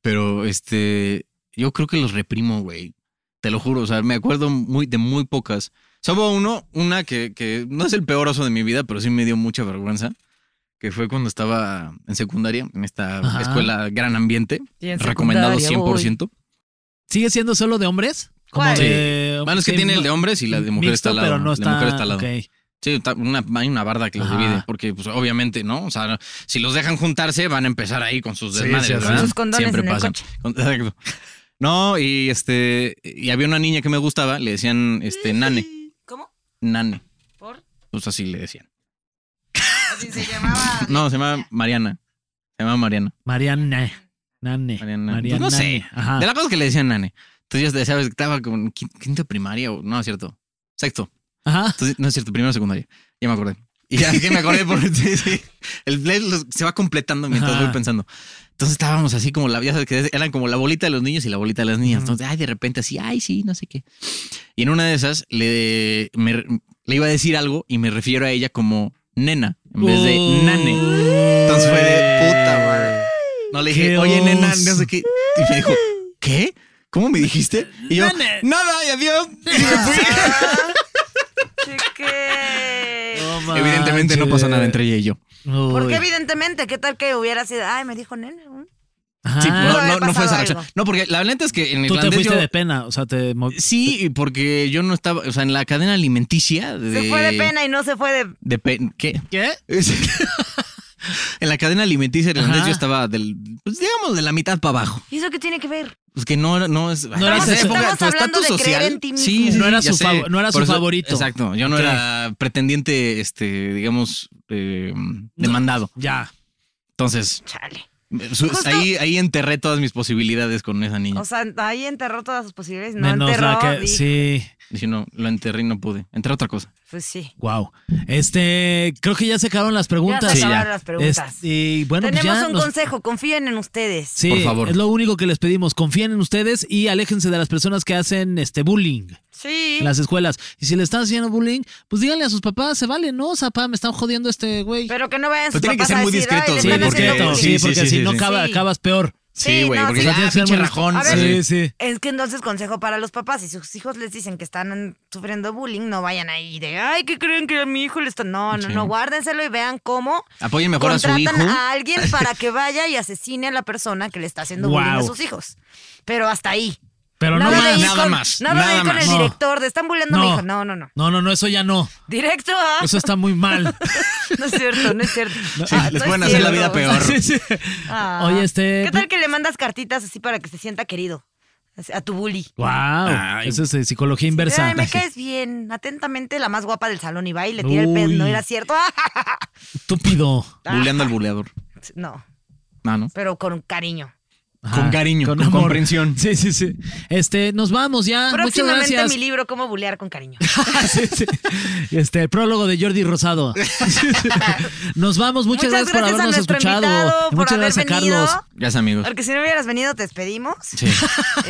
pero este, yo creo que los reprimo, güey. Te lo juro, o sea, me acuerdo muy, de muy pocas. O sea, hubo uno, una que, que no es el peor oso de mi vida, pero sí me dio mucha vergüenza, que fue cuando estaba en secundaria, en esta Ajá. escuela gran ambiente, Y en recomendado secundaria, 100%. ¿sigue siendo solo de hombres? ¿Cuál? de- Bueno, es que sí, tiene no- pues, el de hombres y la de mujeres mixto, está al lado. Pero no la está, de mujeres está al lado. ok. Sí, ta- una, hay una barda que los Ajá. divide, porque pues obviamente, ¿no? O sea, si los dejan juntarse, van a empezar ahí con sus Sí, desmadres, sí, sí. ¿verdad? Sus condones en el pasa. coche. Con- Exacto. No, y este, y había una niña que me gustaba, le decían este nane, ¿Cómo? nane, ¿Por? pues así le decían. Así se llamaba. No, se llama Mariana. Se llama Mariana. Mariana. Nane. Mariana. Mariana. Pues no sé. Nane. Ajá. De la cosa que le decían nane. Entonces ya sabes que estaba como en quin- quinto de primaria o no, es cierto. Sexto. Ajá. Entonces, no es cierto, primero o secundaria. Ya me acordé. Y ya que me acordé por sí, sí. el play los- se va completando mientras Ajá. voy pensando. Entonces estábamos así como la, ya sabes que eran como la bolita de los niños y la bolita de las niñas. Entonces, ay, de repente así, ay, sí, no sé qué. Y en una de esas le, me- le iba a decir algo y me refiero a ella como nena en vez de Uy. nane. Entonces fue de puta madre. No le dije, Qué oye, nena, no oso. sé qué. Y me dijo, ¿qué? ¿Cómo me dijiste? Y yo, Nene. nada, y adiós. Y me fui. Cheque. No Evidentemente no manches. pasa nada entre ella y yo. Uy. Porque evidentemente, ¿qué tal que hubiera sido? Ay, me dijo nena. ¿no? Ajá. Sí, pudo no, haber no, no fue pasado esa reacción. algo. No, porque la neta es que en Tú te irlandés fuiste yo... de pena, o sea, te mo- Sí, y porque yo no estaba, o sea, en la cadena alimenticia de... Se fue de pena y no se fue de. de pe- ¿Qué? ¿Qué? en la cadena alimenticia irlandés Ajá. yo estaba del, pues digamos, de la mitad para abajo. ¿Y eso qué tiene que ver? Pues que no, no es... No era no sé, sexual. ponga Estamos hablando de creer en ti mismo. No era ya su sé. fav- no era Por su favorito. Exacto, yo no Ok. era pretendiente, este, digamos, eh, demandado. Ya. Entonces, Chale. su- Justo- ahí, ahí enterré todas mis posibilidades con esa niña. O sea, ahí enterró todas sus posibilidades. No Menos enterró. la que. di- Sí. Dije, no, lo enterré y no pude. Entré a otra cosa. Pues sí. Wow. Este, creo que ya se acabaron las preguntas. Ya se acabaron las preguntas. Este, y bueno, pues Tenemos ya un nos- consejo, confíen en ustedes. Sí, Por favor. es lo único que les pedimos. Confíen en ustedes y aléjense de las personas que hacen este bullying Sí. en las escuelas. Y si le están haciendo bullying, pues díganle a sus papás, se vale, ¿no? O sea, pa, me están jodiendo este güey. Pero que no vayan Pero sus tienen que papás ser a muy decir, "Ay, discretos, le sí, ¿no? están porque, haciendo sí, bullying. sí, porque Sí, sí, si no sí. acaba- Sí. acabas peor. Sí, güey, no, porque sí, ya ah, tienes que ser pinche muy rajón. A ver, sí. Sí, sí. Es que entonces consejo para los papás, si sus hijos les dicen que están sufriendo bullying, no vayan ahí de, ay, ¿qué creen que a mi hijo le está? No, no, Sí. no, guárdenselo y vean cómo Apoyen mejor a su hijo. contratan a alguien para que vaya y asesine a la persona que le está haciendo bullying a Guau. sus hijos. Pero hasta ahí. Pero no nada de más. ir nada con- más, Nada, de nada ir con el más. director, de están bulleando a mi No. hijo. No, no, no. No, no, no, eso ya no. Directo a... Eso está muy mal. No es cierto, no es cierto. Sí, Ah, les no pueden es hacer la vida cierto. peor. Sí, sí. Ah. Oye, este- ¿Qué tal que le mandas cartitas así para que se sienta querido? Así, A tu bully. Wow. Ay. Eso es eh, psicología inversa. Ay, me caes bien. Atentamente, la más guapa del salón. Y va y le tira el Uy. pedo. No era cierto. Ah, Estúpido. Buleando al buleador. Ah, No, No, no. pero con cariño. Ajá, Con cariño, con amor. comprensión. Sí, sí, sí. Este, nos vamos ya. Muchas Próximamente gracias. mi libro, Cómo bulear con cariño. Sí, sí. Este, prólogo de Jordi Rosado. Nos vamos, muchas, Muchas gracias, por gracias a habernos nuestro escuchado. invitado, por muchas haber gracias a venido. Carlos. Gracias, amigos. Porque si no hubieras venido, te despedimos. Sí.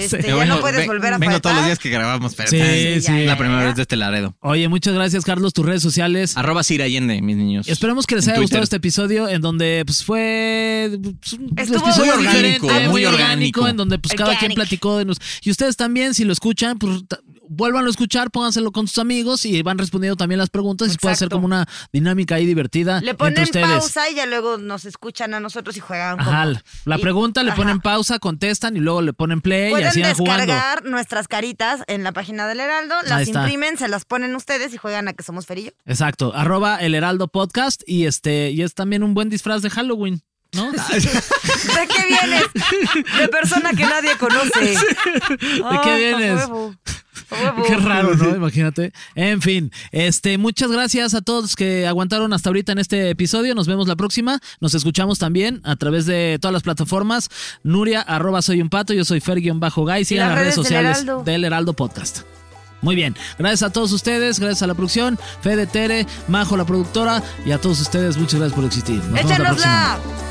Este, Yo ya vengo- no puedes ve- volver a Vengo faltar. todos los días que grabamos, pero Sí, es sí. la primera vez de este laredo. Oye, muchas gracias, Carlos, tus redes sociales. Arroba Sir Allende, mis niños. Esperamos que les En haya gustado este Twitter. episodio en donde pues fue pues, un Estuvo episodio muy orgánico, diferente, muy muy orgánico. orgánico en donde pues cada quien Organic. platicó de nos y ustedes también si lo escuchan pues ta- vuélvanlo a escuchar, pónganselo con sus amigos y van respondiendo también las preguntas y puede ser Exacto. como una dinámica ahí divertida Le ponen entre ustedes. pausa y ya luego nos escuchan a nosotros y juegan con Ajá, la y- pregunta le ajá. ponen pausa, contestan y luego le ponen play y Pueden así van jugando. descargar nuestras caritas en la página del Heraldo, las está. imprimen, se las ponen ustedes y juegan a que somos ferillo. Exacto, arroba el heraldo podcast y este y es también un buen disfraz de Halloween, ¿no? ¿De qué vienes? De persona que nadie conoce. ¿De qué vienes? Qué raro, ¿no? Imagínate. En fin, este, muchas gracias a todos los que aguantaron hasta ahorita en este episodio. Nos vemos la próxima. Nos escuchamos también a través de todas las plataformas. Nuria, arroba soy un pato. Yo soy Fer-Guy. Sigan las redes, sociales del Heraldo. Podcast. Muy bien, gracias a todos ustedes, gracias a la producción, Fede Tere, Majo la productora y a todos ustedes, muchas gracias por existir. Nos 哎 vemos la próxima. Échanosla.